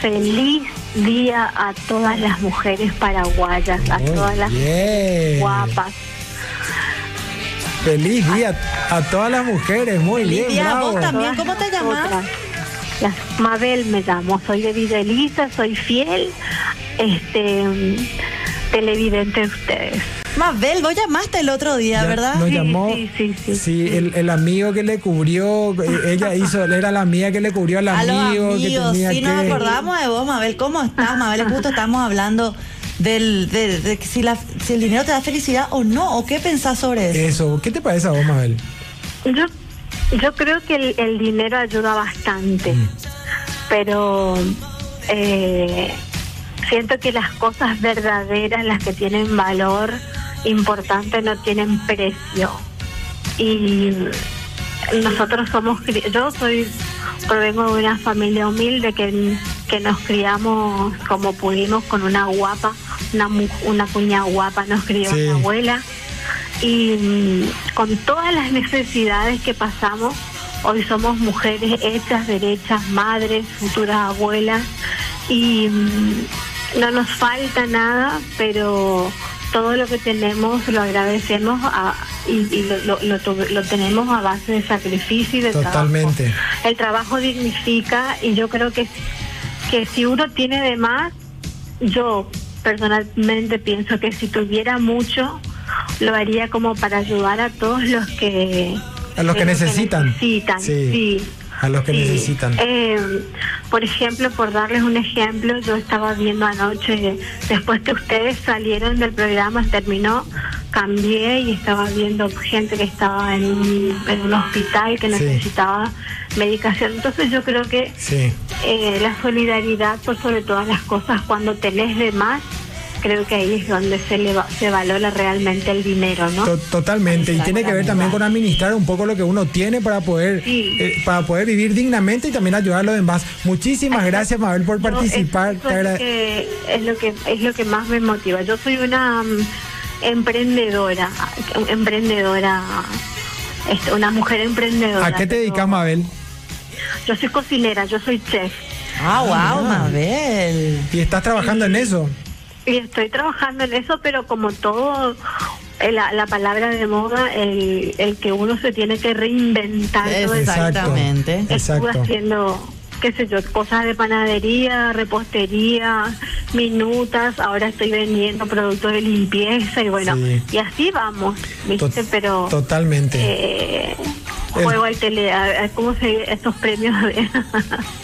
Speaker 6: Feliz día a todas las mujeres paraguayas, a
Speaker 2: Muy
Speaker 6: todas las
Speaker 2: bien.
Speaker 6: guapas.
Speaker 2: Feliz día a todas las mujeres, muy
Speaker 1: Feliz
Speaker 2: bien,
Speaker 1: día a
Speaker 2: bravo.
Speaker 1: vos también.
Speaker 6: todas
Speaker 1: ¿cómo te
Speaker 6: nosotras.
Speaker 1: llamás?
Speaker 6: Las- Mabel me llamo, soy de Villa Elisa, soy fiel. Este, televidente de ustedes.
Speaker 1: Mabel, vos llamaste el otro día,
Speaker 2: Ya
Speaker 1: ¿verdad?
Speaker 2: Nos
Speaker 6: Sí,
Speaker 2: llamó.
Speaker 6: sí, sí, sí,
Speaker 2: el, el amigo que le cubrió, eh, ella hizo, él era la amiga que le cubrió al
Speaker 1: a los
Speaker 2: amigo. que
Speaker 1: amigos,
Speaker 2: tenía
Speaker 1: sí nos
Speaker 2: que-
Speaker 1: acordamos de vos, Mabel. ¿Cómo estás, Mabel? Justo estamos hablando del, de, de que si, la- si el dinero te da felicidad o no, o qué pensás sobre eso.
Speaker 2: Eso, ¿qué te parece a vos, Mabel?
Speaker 6: Yo, yo creo que el, el dinero ayuda bastante,
Speaker 2: Mm.
Speaker 6: pero eh, siento que las cosas verdaderas, las que tienen valor importante, no tienen precio. Y nosotros somos, cri- yo soy, provengo de una familia humilde que, que nos criamos como pudimos con una guapa, una, mu- una cuña guapa nos crió
Speaker 2: Sí.
Speaker 6: mi abuela y mm, con todas las necesidades que pasamos, hoy somos mujeres hechas, derechas, madres, futuras abuelas y mm, no nos falta nada, pero todo lo que tenemos lo agradecemos a- y, y lo, lo- lo tuve- lo tenemos a base de sacrificio y de
Speaker 2: Totalmente.
Speaker 6: trabajo. El trabajo dignifica y yo creo que, que si uno tiene de más, yo personalmente pienso que si tuviera mucho, lo haría como para ayudar a todos los que...
Speaker 2: A los que necesitan.
Speaker 6: necesitan,
Speaker 2: Sí.
Speaker 6: sí.
Speaker 2: A los que
Speaker 6: Sí.
Speaker 2: necesitan.
Speaker 6: Eh, por ejemplo, por darles un ejemplo, yo estaba viendo anoche, después que ustedes salieron del programa, terminó, cambié y estaba viendo gente que estaba en un, en un hospital que
Speaker 2: Sí.
Speaker 6: necesitaba medicación. Entonces yo creo que
Speaker 2: Sí.
Speaker 6: eh, la solidaridad por sobre todas las cosas, cuando tenés de más, creo que ahí es donde se, le va- se valora realmente el dinero, ¿no?
Speaker 2: To- totalmente y tiene que ver también con administrar un poco lo que uno tiene para poder
Speaker 6: Sí.
Speaker 2: eh, para poder vivir dignamente y también ayudar a los demás muchísimas gracias Mabel por
Speaker 6: No,
Speaker 2: participar
Speaker 6: eso
Speaker 2: Te
Speaker 6: es,
Speaker 2: agrade-
Speaker 6: lo que, es lo que es lo que más me motiva. Yo soy una mm, emprendedora, emprendedora, este, una mujer emprendedora.
Speaker 2: ¿a qué te
Speaker 6: pero
Speaker 2: dedicas Mabel?
Speaker 6: Yo soy cocinera, yo soy chef
Speaker 1: Ah, wow, Mabel.
Speaker 2: y estás trabajando en eso
Speaker 6: y estoy trabajando en eso, pero como todo eh, la, la palabra de moda, el, el que uno se tiene que reinventar. todo el
Speaker 2: Exacto. ¿Eh?
Speaker 1: Exactamente.
Speaker 6: Estuve
Speaker 2: exacto
Speaker 6: haciendo, qué sé yo, cosas de panadería, repostería, minutas, ahora estoy vendiendo productos de limpieza y bueno,
Speaker 2: Sí.
Speaker 6: y así vamos,
Speaker 2: To-
Speaker 6: ¿viste? Pero
Speaker 2: totalmente
Speaker 6: eh,
Speaker 2: El-
Speaker 6: juego al tele, a- a- ¿cómo se dice? Estos premios de...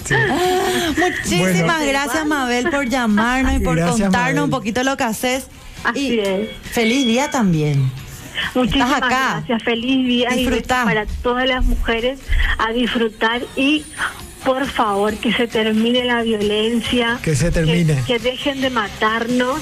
Speaker 2: sí.
Speaker 1: Muchísimas
Speaker 2: Bueno.
Speaker 1: gracias, Mabel, por llamarnos y por
Speaker 2: Gracias,
Speaker 1: contarnos
Speaker 2: Mabel.
Speaker 1: un poquito lo que haces.
Speaker 6: Así
Speaker 1: y
Speaker 6: es.
Speaker 1: feliz día también.
Speaker 6: Muchísimas
Speaker 1: Estás acá.
Speaker 6: gracias, feliz día y besos
Speaker 1: Disfrutá.
Speaker 6: para todas las mujeres a disfrutar y por favor que se termine la violencia,
Speaker 2: Que se termine.
Speaker 6: que, que dejen de matarnos,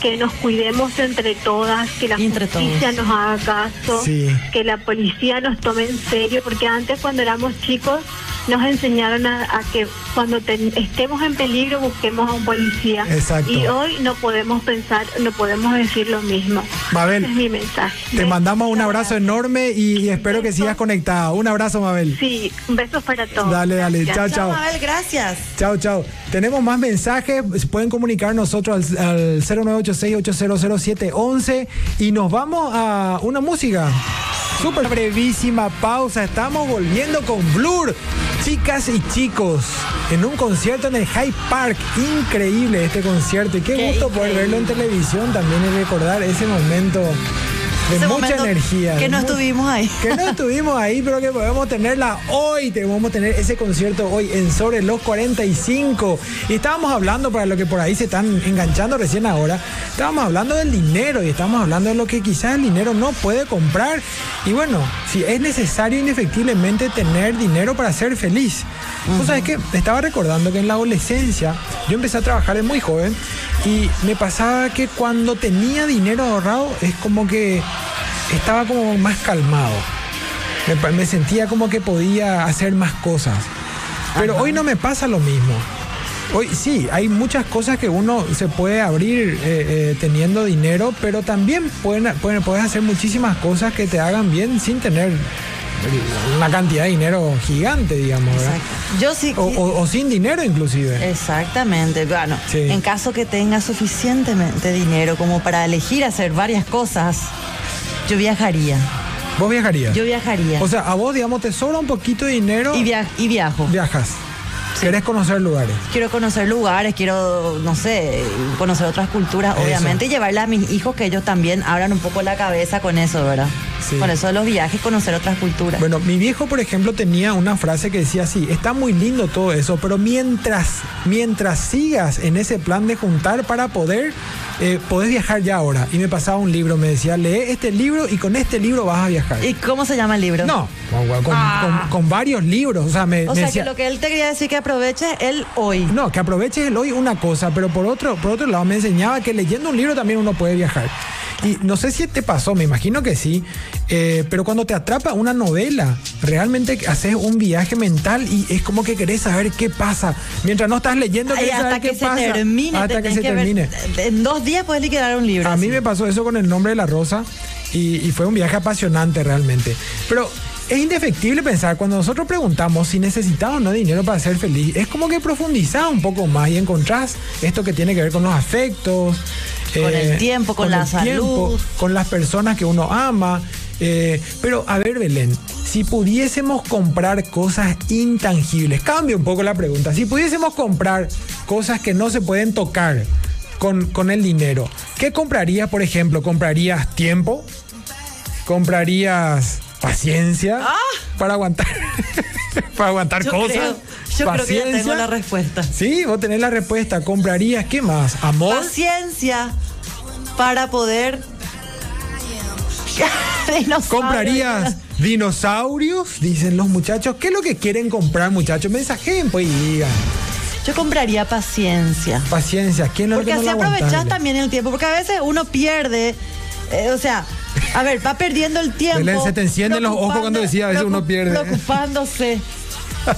Speaker 6: que nos cuidemos entre todas, que la
Speaker 1: Y entre
Speaker 6: justicia
Speaker 1: todos.
Speaker 6: nos haga caso,
Speaker 2: Sí.
Speaker 6: que la policía nos tome en serio, porque antes cuando éramos chicos nos enseñaron a, a que cuando ten- estemos en peligro busquemos a un policía
Speaker 2: Exacto.
Speaker 6: y hoy no podemos pensar, no podemos decir lo mismo.
Speaker 2: Mabel,
Speaker 6: Ese es mi mensaje.
Speaker 2: te mandamos un abrazo enorme y, y espero que sigas conectada un abrazo Mabel
Speaker 6: Sí, besos para todos.
Speaker 2: dale dale
Speaker 6: Gracias.
Speaker 2: chao chao
Speaker 1: Mabel, gracias.
Speaker 2: Chao, chao. Tenemos más mensajes. Pueden comunicar nosotros al, al 0986-800711. Y nos vamos a una música. Súper brevísima pausa. Estamos volviendo con Blur. Chicas y chicos, en un concierto en el Hyde Park. Increíble este concierto. Y qué,
Speaker 1: Qué
Speaker 2: gusto poder verlo en televisión también y recordar ese momento de
Speaker 1: Ese
Speaker 2: mucha
Speaker 1: momento
Speaker 2: energía.
Speaker 1: Que
Speaker 2: de
Speaker 1: no
Speaker 2: mu-
Speaker 1: estuvimos ahí.
Speaker 2: que no estuvimos ahí, pero que podemos tenerla hoy. Te vamos a tener ese concierto hoy en Sobre los 45. Y estábamos hablando, para lo que por ahí se están enganchando recién ahora, estábamos hablando del dinero y estábamos hablando de lo que quizás el dinero no puede comprar. Y bueno, si es necesario inefectiblemente tener dinero para ser feliz. Tú sabes que estaba recordando que en la adolescencia yo empecé a trabajar de muy joven y me pasaba que cuando tenía dinero ahorrado es como que estaba como más calmado. Me, pa- me sentía como que podía hacer más cosas. Pero hoy no me pasa lo mismo. Hoy sí, hay muchas cosas que uno se puede abrir eh, eh, teniendo dinero, pero también pueden, pueden- puedes hacer muchísimas cosas que te hagan bien sin tener una cantidad de dinero gigante, digamos, ¿verdad?
Speaker 1: Yo sí.
Speaker 2: O, o- o sin dinero
Speaker 1: Eh,
Speaker 2: inclusive.
Speaker 1: Exactamente, bueno,
Speaker 2: Sí.
Speaker 1: en caso que tenga suficientemente dinero como para elegir hacer varias cosas, yo viajaría,
Speaker 2: ¿Vos viajarías?
Speaker 1: yo viajaría
Speaker 2: O sea, a vos, digamos, te sobra un poquito de dinero
Speaker 1: y, via- y viajo.
Speaker 2: viajas. Querés conocer lugares.
Speaker 1: Quiero conocer lugares, quiero, no sé, conocer otras culturas,
Speaker 2: Eso.
Speaker 1: obviamente, y llevarle a mis hijos que ellos también abran un poco la cabeza con eso, ¿verdad?
Speaker 2: Sí.
Speaker 1: Con eso de los viajes, conocer otras culturas.
Speaker 2: Bueno, mi viejo, por ejemplo, tenía una frase que decía así, está muy lindo todo eso, pero mientras, mientras sigas en ese plan de juntar para poder, eh, podés viajar ya ahora. Y me pasaba un libro, me decía, lee este libro y con este libro vas a viajar.
Speaker 1: ¿Y cómo se llama el libro?
Speaker 2: No, con, con- con- con varios libros, o sea, me,
Speaker 1: O
Speaker 2: me
Speaker 1: sea,
Speaker 2: decía-
Speaker 1: que lo que él te quería decir que aproveches el hoy.
Speaker 2: No, que aproveches el hoy una cosa, pero por otro, por otro lado me enseñaba que leyendo un libro también uno puede viajar. Y no sé si te pasó, me imagino que sí, eh, pero cuando te atrapa una novela, realmente haces un viaje mental y es como que querés saber qué pasa. Mientras no estás leyendo,
Speaker 1: Ay,
Speaker 2: querés
Speaker 1: hasta
Speaker 2: saber
Speaker 1: que
Speaker 2: qué
Speaker 1: se
Speaker 2: pasa.
Speaker 1: termine.
Speaker 2: hasta que
Speaker 1: tenés
Speaker 2: se
Speaker 1: ver-
Speaker 2: termine.
Speaker 1: en dos días puedes liquidar un libro.
Speaker 2: A mí
Speaker 1: así.
Speaker 2: me pasó eso con el nombre de la rosa y, y fue un viaje apasionante realmente. Pero es indefectible pensar, cuando nosotros preguntamos si necesitaba o no dinero para ser feliz, es como que profundizás un poco más y encontrás esto que tiene que ver con los afectos.
Speaker 1: Con el tiempo, con la
Speaker 2: Eh, el
Speaker 1: salud.
Speaker 2: con las personas que uno ama. Eh, pero a ver, Belén, si pudiésemos comprar cosas intangibles, cambio un poco la pregunta, si pudiésemos comprar cosas que no se pueden tocar con, con el dinero, ¿qué comprarías, por ejemplo? ¿Comprarías tiempo? ¿Comprarías paciencia? Para aguantar, para aguantar
Speaker 1: Ah. Yo,
Speaker 2: cosas.
Speaker 1: creo, yo creo que ya tengo
Speaker 2: Paciencia.
Speaker 1: la respuesta.
Speaker 2: Sí, vos tenés la respuesta. ¿Comprarías qué más? ¿Amor?
Speaker 1: Paciencia para poder. Dinosaurio.
Speaker 2: ¿Comprarías dinosaurios? Dicen los muchachos. ¿Qué es lo que quieren comprar, muchachos? Mensajen, pues, y digan.
Speaker 1: Yo compraría paciencia.
Speaker 2: Paciencia, ¿quién es lo
Speaker 1: Porque
Speaker 2: que no
Speaker 1: así
Speaker 2: la
Speaker 1: aprovechás
Speaker 2: aguantable?
Speaker 1: también el tiempo. Porque a veces uno pierde. eh, o sea, a ver, va perdiendo el tiempo.
Speaker 2: Belén, se te encienden los ojos
Speaker 1: preocupando-
Speaker 2: cuando decía, a veces uno
Speaker 1: preocup-
Speaker 2: pierde.
Speaker 1: Preocupándose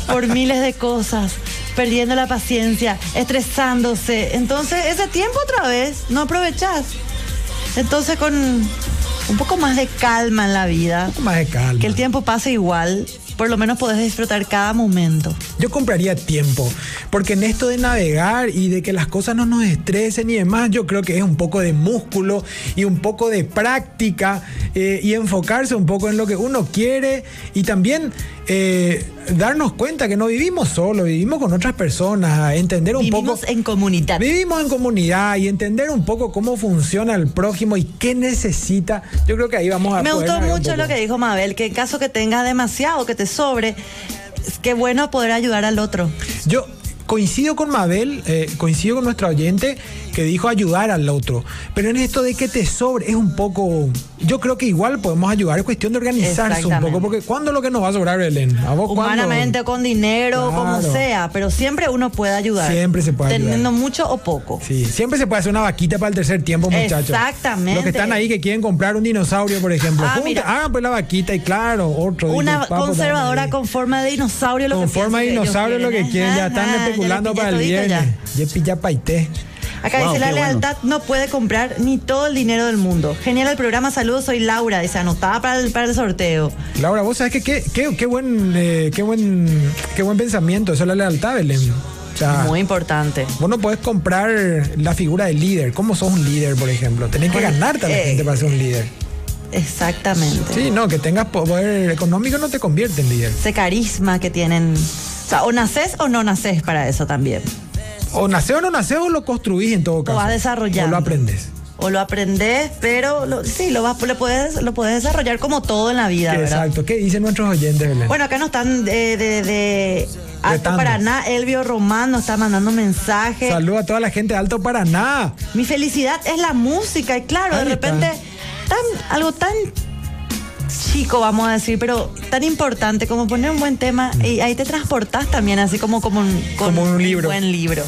Speaker 1: por miles de cosas. Perdiendo la paciencia, estresándose. Entonces, ese tiempo otra vez no aprovechás. Entonces, con un poco más de calma en la vida,
Speaker 2: Más de calma.
Speaker 1: que el tiempo pase igual, por lo menos podés disfrutar cada momento.
Speaker 2: Yo compraría tiempo, porque en esto de navegar y de que las cosas no nos estresen y demás, yo creo que es un poco de músculo y un poco de práctica eh, y enfocarse un poco en lo que uno quiere y también eh, darnos cuenta que no vivimos solo, vivimos con otras personas, entender un
Speaker 1: Vivimos
Speaker 2: poco...
Speaker 1: en comunidad.
Speaker 2: Vivimos en comunidad y entender un poco cómo funciona el prójimo y qué necesita. Yo creo que ahí vamos a
Speaker 1: Me
Speaker 2: poder
Speaker 1: gustó
Speaker 2: navegar un
Speaker 1: mucho
Speaker 2: poco.
Speaker 1: lo que dijo Mabel, que en caso que tengas demasiado, que te sobre, es que bueno poder ayudar al otro.
Speaker 2: Yo coincido con Mabel, eh, coincido con nuestro oyente que dijo ayudar al otro. Pero en esto de que te sobre es un poco. Yo creo que igual podemos ayudar, es cuestión de organizarse un
Speaker 1: Exactamente.
Speaker 2: poco. Porque ¿cuándo es lo que nos va a sobrar, Belén? ¿A vos cuándo?
Speaker 1: Humanamente, con dinero, como
Speaker 2: Claro.
Speaker 1: sea, pero siempre uno puede ayudar.
Speaker 2: Siempre se puede ayudar.
Speaker 1: Teniendo mucho o poco.
Speaker 2: Sí, siempre se puede hacer una vaquita para el tercer tiempo, muchachos.
Speaker 1: Exactamente.
Speaker 2: Los que están ahí que quieren comprar un dinosaurio, por ejemplo.
Speaker 1: Ah,
Speaker 2: Junta-
Speaker 1: mira.
Speaker 2: hagan pues la vaquita y claro, otro. dice
Speaker 1: Una
Speaker 2: el Papo también
Speaker 1: conservadora
Speaker 2: ahí.
Speaker 1: con forma de dinosaurio, lo
Speaker 2: Con
Speaker 1: que
Speaker 2: forma de
Speaker 1: pienso que ellos
Speaker 2: dinosaurio lo que
Speaker 1: ¿eh?
Speaker 2: quieren,
Speaker 1: Ajá,
Speaker 2: ya están
Speaker 1: ajá, ya le
Speaker 2: especulando
Speaker 1: pillé
Speaker 2: para el
Speaker 1: todito ya.
Speaker 2: viernes. Yepi ya paité.
Speaker 1: Acá
Speaker 7: Wow,
Speaker 1: dice, la
Speaker 7: qué bueno.
Speaker 1: lealtad no puede comprar ni todo el dinero del mundo. Genial el programa, saludos, soy Laura, dice, anotada para el, para el sorteo.
Speaker 2: Laura, vos sabés que qué, qué- qué buen, eh, qué, buen, qué buen pensamiento, eso es la lealtad, Belén. O sea,
Speaker 1: Muy importante.
Speaker 2: vos no podés comprar la figura del líder. ¿Cómo sos un líder, por ejemplo? Tenés que ganarte a la
Speaker 1: eh.
Speaker 2: gente para ser un líder.
Speaker 1: Exactamente.
Speaker 2: Sí, no, que tengas poder económico no te convierte en líder.
Speaker 1: ese carisma que tienen. O sea, o nacés o no nacés para eso también.
Speaker 2: O nacés o no nacés o lo construís en todo caso.
Speaker 1: vas desarrollando.
Speaker 2: O lo aprendes.
Speaker 1: O lo aprendés, pero lo- sí, lo, vas, lo, puedes, lo puedes desarrollar como todo en la vida, ¿verdad?
Speaker 2: Exacto. ¿Qué dicen nuestros oyentes, Belén?
Speaker 1: Bueno, acá nos están de, de, de Alto
Speaker 2: Retando.
Speaker 1: Paraná, Elvio Román nos está mandando mensajes.
Speaker 2: Saluda a toda la gente de Alto Paraná.
Speaker 1: Mi felicidad es la música y claro, de
Speaker 2: Ahí está.
Speaker 1: repente tan, algo tan chico, vamos a decir, pero tan importante como poner un buen tema y ahí te transportás también, así como, como un, con
Speaker 2: Mm. Como un libro.
Speaker 1: buen libro.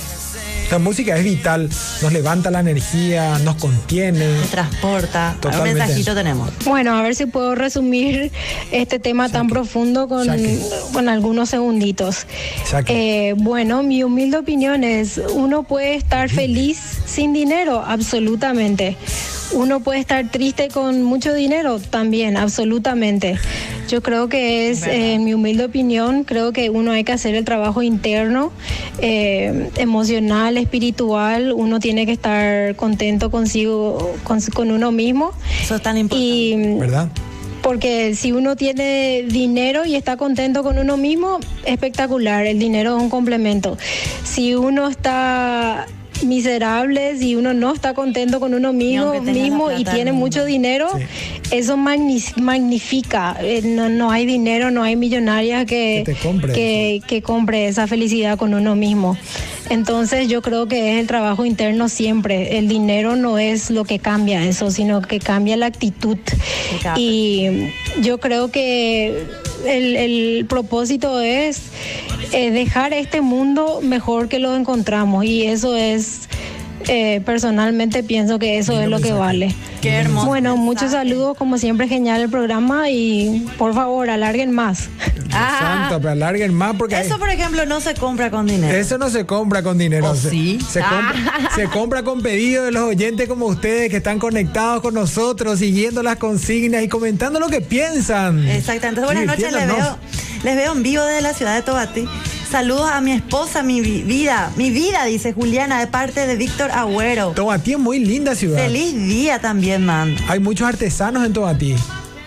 Speaker 2: La música es vital, nos levanta la energía, nos contiene.
Speaker 1: Te transporta. Un
Speaker 2: Totalmente.
Speaker 1: mensajito tenemos.
Speaker 8: Bueno, a ver si puedo resumir este tema tan profundo con,
Speaker 2: Saque.
Speaker 8: con algunos segunditos.
Speaker 2: Saque.
Speaker 8: Eh, bueno, mi humilde opinión es, uno puede estar feliz sin dinero, absolutamente. Uno puede estar triste con mucho dinero, también, absolutamente. Yo creo que es, eh, en mi humilde opinión, creo que uno hay que hacer el trabajo interno, eh, emocional, espiritual. Uno tiene que estar contento consigo, con, con uno mismo.
Speaker 1: Eso es tan importante.
Speaker 8: Y mm,
Speaker 2: ¿Verdad?
Speaker 8: Porque si uno tiene dinero y está contento con uno mismo, espectacular, el dinero es un complemento. Si uno está miserable, si uno no está contento con uno mismo,
Speaker 1: aunque tenga la
Speaker 8: mismo y
Speaker 1: plata,
Speaker 8: tiene
Speaker 1: no.
Speaker 8: mucho dinero, eso magni- magnifica. Eh, No, no hay dinero, no hay millonarias que,
Speaker 2: Que te compre
Speaker 8: que- que compre esa felicidad con uno mismo. Entonces yo creo que es el trabajo interno siempre. El dinero no es lo que cambia eso, sino que cambia la actitud.
Speaker 1: Exacto.
Speaker 8: Y yo creo que el, el propósito es eh, dejar este mundo mejor que lo encontramos. Y eso es, eh, personalmente pienso que eso es lo que vale.
Speaker 1: Qué hermoso.
Speaker 8: Bueno, muchos saludos, como siempre, genial el programa y por favor, alarguen más.
Speaker 1: Ah.
Speaker 2: Santo, pero alarguen más porque hay-
Speaker 1: Eso, por ejemplo, no se compra con dinero.
Speaker 2: Eso no se compra con dinero.
Speaker 1: ¿O
Speaker 2: se,
Speaker 1: Oh, sí? Ah.
Speaker 2: Se, compra, se compra con pedido de los oyentes como ustedes que están conectados con nosotros, siguiendo las consignas y comentando lo que piensan.
Speaker 1: Exactamente. Buenas noches, les
Speaker 2: Divirtiéndonos.
Speaker 1: veo, les veo en vivo desde la ciudad de Tobatí. Saludos a mi esposa, mi vi- vida, mi vida, dice Juliana, de parte de Víctor Agüero.
Speaker 2: Tomatí es muy linda ciudad.
Speaker 1: Feliz día también, man.
Speaker 2: Hay muchos artesanos en Tomatí.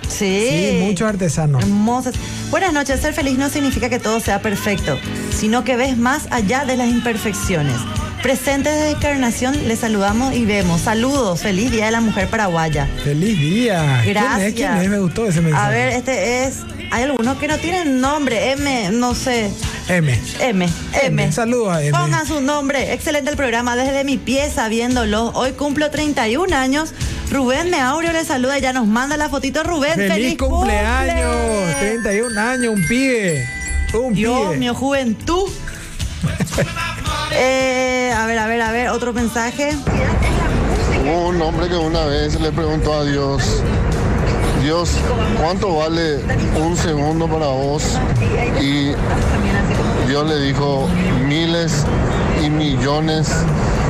Speaker 1: Sí. Mm.
Speaker 2: Sí, muchos artesanos.
Speaker 1: Hermosas. Buenas noches. Ser feliz no significa que todo sea perfecto, sino que ves más allá de las imperfecciones. Presentes de Encarnación, les saludamos y vemos. Saludos. Feliz Día de la Mujer Paraguaya.
Speaker 2: Feliz día.
Speaker 1: Gracias.
Speaker 2: ¿Quién es? ¿Quién es? Me gustó ese mensaje.
Speaker 1: A ver, este es. Hay algunos que no tienen nombre. M, no sé.
Speaker 2: M.
Speaker 1: M, M.
Speaker 2: M, saludos a M.
Speaker 1: Pongan su nombre. Excelente el programa. Desde mi pieza viéndolo. Hoy cumplo 31 años. Rubén me Meaurio le saluda y ya nos manda la fotito. Rubén,
Speaker 2: Feliz,
Speaker 1: feliz,
Speaker 2: cumpleaños.
Speaker 1: cumple.
Speaker 2: 31 años, un pibe. Un
Speaker 1: Dios
Speaker 2: pibe.
Speaker 1: mío, juventud. Eh, a ver, a ver, a ver, otro mensaje.
Speaker 7: Hubo un hombre que una vez le preguntó a Dios, Dios, ¿cuánto vale un segundo para vos? Y Dios le dijo, miles y millones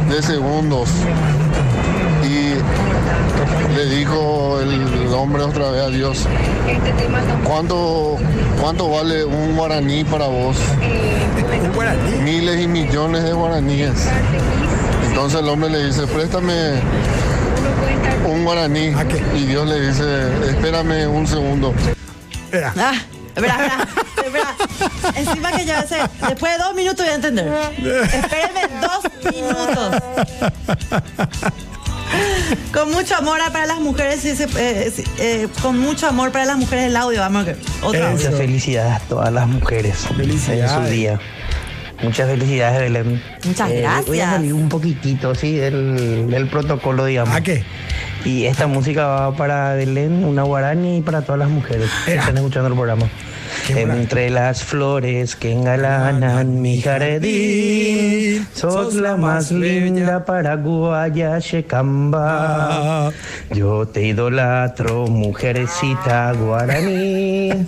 Speaker 7: de segundos. Y le dijo el hombre otra vez a Dios, ¿cuánto,
Speaker 1: Oh.
Speaker 7: cuánto vale un guaraní para vos?
Speaker 1: pues.
Speaker 2: Un guaraní.
Speaker 7: miles y millones de guaraníes. Entonces el hombre le dice, préstame un guaraní.
Speaker 2: ¿A qué?
Speaker 7: Y Dios le dice, espérame un segundo.
Speaker 2: Era.
Speaker 1: Ah, espera, espera, espera. Encima que ya sé, después de dos minutos voy a entender. Espérenme dos minutos. Con mucho amor para las mujeres, sí, se- eh, sí, eh, con mucho amor para las mujeres el audio. Vamos a ver. Otra vez.
Speaker 2: Eso.
Speaker 9: Muchas felicidades a todas las mujeres en
Speaker 2: Felicidades.
Speaker 9: su día. Muchas felicidades, Belén. Eh,
Speaker 1: Muchas
Speaker 9: Voy
Speaker 1: gracias.
Speaker 9: a salir un poquitito, sí, del, del protocolo, digamos.
Speaker 2: ¿A qué?
Speaker 9: Y esta música va para Belén, una guarani y para todas las mujeres que
Speaker 2: Era.
Speaker 9: están escuchando el programa.
Speaker 2: Qué maravilla.
Speaker 9: Entre las flores que engalanan mi jardín, sos la más linda paraguaya, Shekamba.
Speaker 2: Ah.
Speaker 9: Yo te idolatro, mujercita guaraní,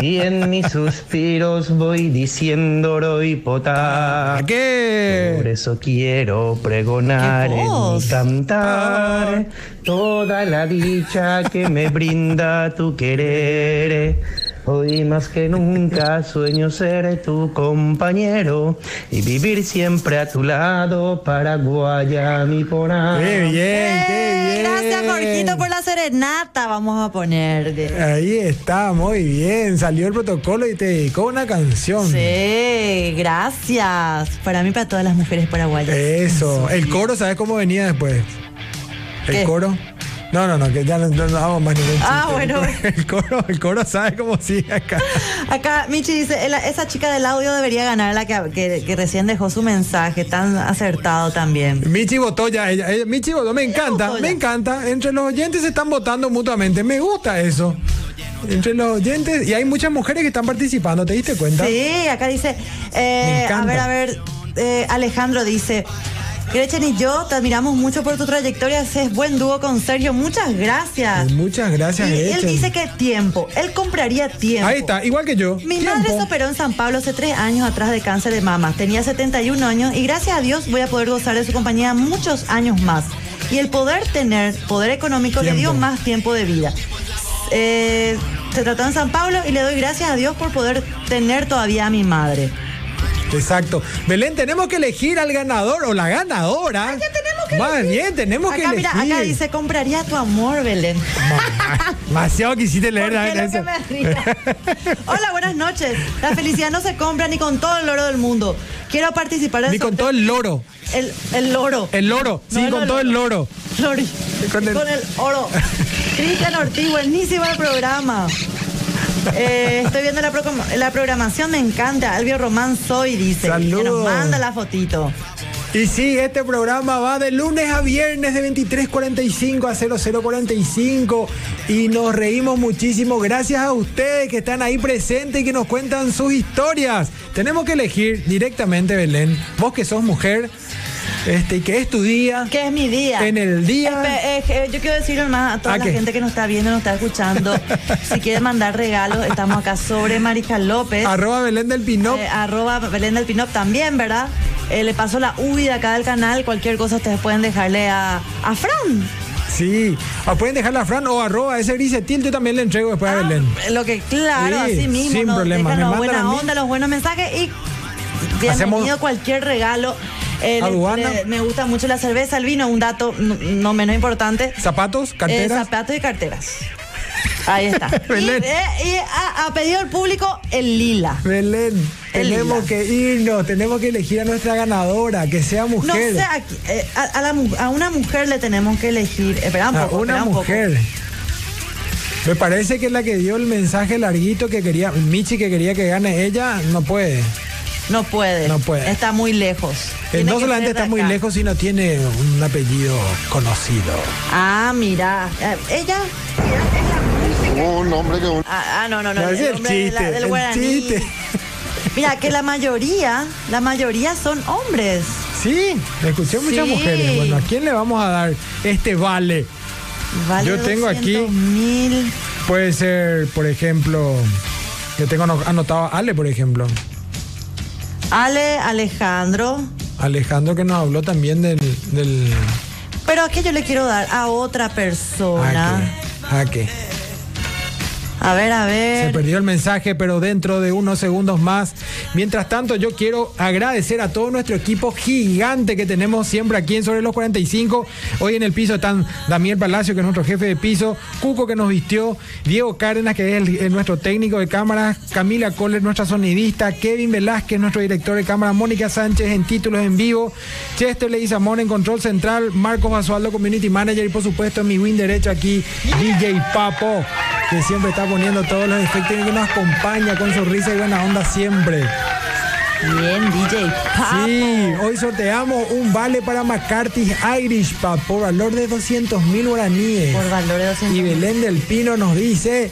Speaker 9: y en mis suspiros voy diciendo roipotá.
Speaker 2: ¿A
Speaker 9: Por
Speaker 2: qué?
Speaker 9: eso quiero pregonar
Speaker 1: ¡Qué
Speaker 9: en
Speaker 1: voz!
Speaker 9: mi
Speaker 2: Ah.
Speaker 9: cantar toda la dicha que me brinda tu querer. Hoy más que nunca sueño ser tu compañero y vivir siempre a tu lado, Paraguaya, mi porá.
Speaker 2: Qué bien, qué
Speaker 1: Eh,
Speaker 2: bien.
Speaker 1: Gracias, Jorgito, por la serenata. Vamos a poner. de-
Speaker 2: Ahí está, muy bien. Salió el protocolo y te dedicó una canción.
Speaker 1: Sí, gracias. Para mí, para todas las mujeres paraguayas.
Speaker 2: Eh. Eso. El coro, ¿sabes cómo venía después? ¿El
Speaker 1: ¿Qué?
Speaker 2: coro? No, no, no, que ya no, no- no hago más ningún
Speaker 1: Ah,
Speaker 2: chiste.
Speaker 1: bueno.
Speaker 2: El coro, el coro sabe cómo sigue acá.
Speaker 1: Acá Michi dice, "Ela- esa chica del audio debería ganar, la que, que- que recién dejó su mensaje, tan acertado también.
Speaker 2: Michi votó ya, ella, ella- Michi votó, me encanta,
Speaker 1: votó ya.
Speaker 2: me encanta. Entre los oyentes se están votando mutuamente, me gusta eso. Entre los oyentes, y hay muchas mujeres que están participando, ¿te diste cuenta?
Speaker 1: Sí, acá dice, eh,
Speaker 2: Me encanta.
Speaker 1: a ver, a ver, eh, Alejandro dice, Gretchen y yo te admiramos mucho por tu trayectoria, es buen dúo con Sergio, muchas gracias.
Speaker 2: Pues Muchas gracias,
Speaker 1: y él
Speaker 2: Gretchen.
Speaker 1: dice que tiempo, él compraría tiempo.
Speaker 2: Ahí está, igual que yo.
Speaker 1: Mi
Speaker 2: Tiempo.
Speaker 1: madre se operó en San Pablo hace tres años atrás de cáncer de mama. Tenía 71 años y gracias a Dios voy a poder gozar de su compañía muchos años más. Y el poder tener poder económico le dio
Speaker 2: Tiempo.
Speaker 1: más tiempo de vida. Eh, se trató en San Pablo y le doy gracias a Dios por poder tener todavía a mi madre.
Speaker 2: Exacto. Belén, tenemos que elegir al ganador o la ganadora.
Speaker 1: Ya tenemos que
Speaker 2: Más bien, tenemos
Speaker 1: Acá,
Speaker 2: que
Speaker 1: mira,
Speaker 2: elegir.
Speaker 1: acá dice, compraría tu amor, Belén.
Speaker 2: Mamá, Demasiado quisiste leer
Speaker 1: Porque es
Speaker 2: la
Speaker 1: lo que me arriba. Hola, buenas noches. La felicidad no se compra ni con todo el oro del mundo. Quiero participar del
Speaker 2: Ni con todo
Speaker 1: sorteo-
Speaker 2: el loro.
Speaker 1: el, el loro.
Speaker 2: El loro.
Speaker 1: No,
Speaker 2: sí,
Speaker 1: el
Speaker 2: con
Speaker 1: loro.
Speaker 2: todo el loro.
Speaker 1: Lori.
Speaker 2: Con
Speaker 1: Con
Speaker 2: el-
Speaker 1: el, oro. Cristian Ortiz, buenísimo el programa. Eh, estoy viendo la, procom- la programación, me encanta. Albio Román Soy dice.
Speaker 2: Saludos.
Speaker 1: Que nos manda la fotito.
Speaker 2: Y sí, este programa va de lunes a viernes de 23.45 a 00.45 y nos reímos muchísimo gracias a ustedes que están ahí presentes y que nos cuentan sus historias. Tenemos que elegir directamente, Belén, vos que sos mujer, este, y que es tu día.
Speaker 1: Que es mi día.
Speaker 2: En el día.
Speaker 1: Espe- eh, eh, yo quiero decirle más a toda
Speaker 2: ¿A
Speaker 1: la
Speaker 2: qué?
Speaker 1: gente que nos está viendo, nos está escuchando. si quiere mandar regalos, estamos acá sobre Marija López.
Speaker 2: Arroba Belén del Pinop.
Speaker 1: Eh, arroba Belén del Pinop también, ¿verdad? Eh, le pasó la UBI de acá del canal. Cualquier cosa ustedes pueden dejarle a, a Fran.
Speaker 2: Sí, o pueden dejarla a Fran o arroba ese grisetil, yo también le entrego después a Belén.
Speaker 1: Ah, Lo que, claro,
Speaker 2: Sí,
Speaker 1: así mismo.
Speaker 2: sin
Speaker 1: nos
Speaker 2: problema.
Speaker 1: dejan
Speaker 2: Me
Speaker 1: la
Speaker 2: mandan a
Speaker 1: buena
Speaker 2: mí.
Speaker 1: onda, los buenos mensajes y
Speaker 2: Hacemos-
Speaker 1: bienvenido cualquier regalo. Eh, le-
Speaker 2: Aduana.
Speaker 1: le- me gusta mucho la cerveza, el vino, un dato no, no menos importante.
Speaker 2: Zapatos,
Speaker 1: Eh,
Speaker 2: carteras.
Speaker 1: zapatos y carteras. Ahí está. y
Speaker 2: Belén.
Speaker 1: eh, y a, a pedido del público, el lila.
Speaker 2: Belén,
Speaker 1: El
Speaker 2: tenemos
Speaker 1: lila.
Speaker 2: que irnos, tenemos que elegir a nuestra ganadora, que sea mujer. Ah,
Speaker 1: No sé, a, eh, a- a la mu- a una mujer le tenemos que elegir. Espera un
Speaker 2: A
Speaker 1: poco.
Speaker 2: una
Speaker 1: espera un poco.
Speaker 2: mujer. Me parece que la que dio el mensaje larguito que quería, Michi que quería que gane ella, no puede.
Speaker 1: No puede.
Speaker 2: No puede.
Speaker 1: Está muy lejos.
Speaker 2: Eh,
Speaker 1: Tiene
Speaker 2: no
Speaker 1: que
Speaker 2: solamente
Speaker 1: ser de
Speaker 2: está muy
Speaker 1: acá.
Speaker 2: lejos, sino tiene un apellido conocido.
Speaker 1: Ah, mira. Eh, Ella.
Speaker 7: Hubo un hombre que una
Speaker 1: Ah, ah, no, no, no.
Speaker 2: No,
Speaker 1: el
Speaker 2: es el
Speaker 1: hombre de la-
Speaker 2: chiste,
Speaker 1: del
Speaker 2: el
Speaker 1: guaraní.
Speaker 2: chiste.
Speaker 1: Mira, que la mayoría, la mayoría son hombres.
Speaker 2: Sí, le escuché a muchas
Speaker 1: Sí.
Speaker 2: mujeres. Bueno, ¿a quién le vamos a dar este vale?
Speaker 1: Vale
Speaker 2: Yo tengo aquí-
Speaker 1: 200 mil.
Speaker 2: Puede ser, por ejemplo, yo tengo ano- anotado a Ale, por ejemplo.
Speaker 1: Ale, Alejandro.
Speaker 2: Alejandro que nos habló también del... del
Speaker 1: Pero aquí yo le quiero dar a otra persona.
Speaker 2: ¿A qué?
Speaker 1: A ver, a
Speaker 2: Se
Speaker 1: ver.
Speaker 2: perdió el mensaje, pero dentro de unos segundos más. Mientras tanto, yo quiero agradecer a todo nuestro equipo gigante que tenemos siempre aquí en Sobre los 45. Hoy en el piso están Damián Palacio, que es nuestro jefe de piso, Cuco, que nos vistió, Diego Cárdenas, que es el- el nuestro técnico de cámaras, Camila Coller, nuestra sonidista, Kevin Velázquez, nuestro director de cámara, Mónica Sánchez en títulos en vivo, Chester Leguizamón en control central, Marcos Basualdo, community manager, y por supuesto en mi win derecho aquí, DJ Papo, que siempre está poniendo todos los efectos y que nos acompaña con su risa y buena onda siempre.
Speaker 1: Bien, DJ. Papo.
Speaker 2: Sí, hoy sorteamos un vale para McCarthy Irish Pub por valor de 200 mil guaraníes.
Speaker 1: Por valor de 200
Speaker 2: Y Belén del Pino nos dice,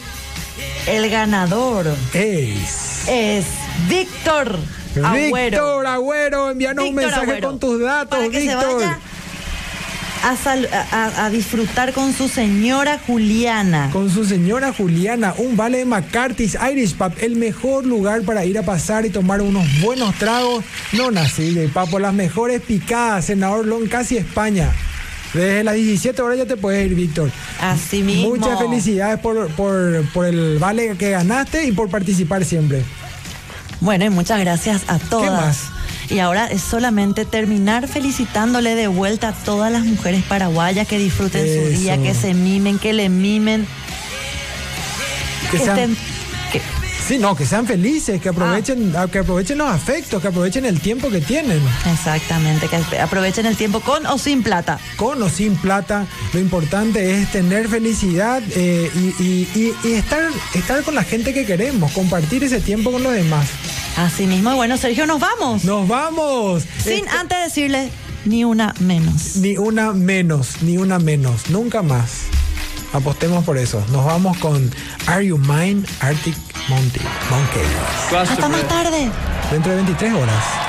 Speaker 1: El ganador
Speaker 2: es...
Speaker 1: es Víctor Agüero.
Speaker 2: Víctor Agüero, envíanos un
Speaker 1: Víctor
Speaker 2: mensaje
Speaker 1: Agüero.
Speaker 2: con tus datos,
Speaker 1: Para que se
Speaker 2: Víctor.
Speaker 1: vaya a, sal- a- a- a disfrutar con su señora Juliana.
Speaker 2: Con su señora Juliana, un vale de McCarthy's Irish Pub, el mejor lugar para ir a pasar y tomar unos buenos tragos. No nací de papo, las mejores picadas, senador Long, casi España. Desde las 17 horas ya te puedes ir, Víctor.
Speaker 1: Así mismo.
Speaker 2: Muchas felicidades por, por, por el vale que ganaste y por participar siempre.
Speaker 1: Bueno, y muchas gracias a todas.
Speaker 2: más?
Speaker 1: Y ahora es solamente terminar felicitándole de vuelta a todas las mujeres paraguayas que disfruten su día,
Speaker 2: Eso.
Speaker 1: que se mimen, que le mimen,
Speaker 2: Que
Speaker 1: que
Speaker 2: sean-
Speaker 1: estén- que-
Speaker 2: sí, no, que sean felices,
Speaker 1: Ah.
Speaker 2: que aprovechen, que aprovechen los afectos, que aprovechen el tiempo que tienen.
Speaker 1: exactamente, que aprovechen el tiempo con o sin plata.
Speaker 2: con o sin plata, lo importante es tener felicidad eh, y, y- y- y estar, estar con la gente que queremos, compartir ese tiempo con los demás.
Speaker 1: Así mismo, y bueno, Sergio, nos vamos.
Speaker 2: ¡Nos vamos!
Speaker 1: Sin
Speaker 2: Eh,
Speaker 1: antes decirle ni una menos.
Speaker 2: ni una menos, ni una menos, nunca más. Apostemos por eso. Nos vamos con Are You Mine Arctic Monkey. Monkey.
Speaker 1: Hasta más tarde.
Speaker 2: Dentro de 23 horas.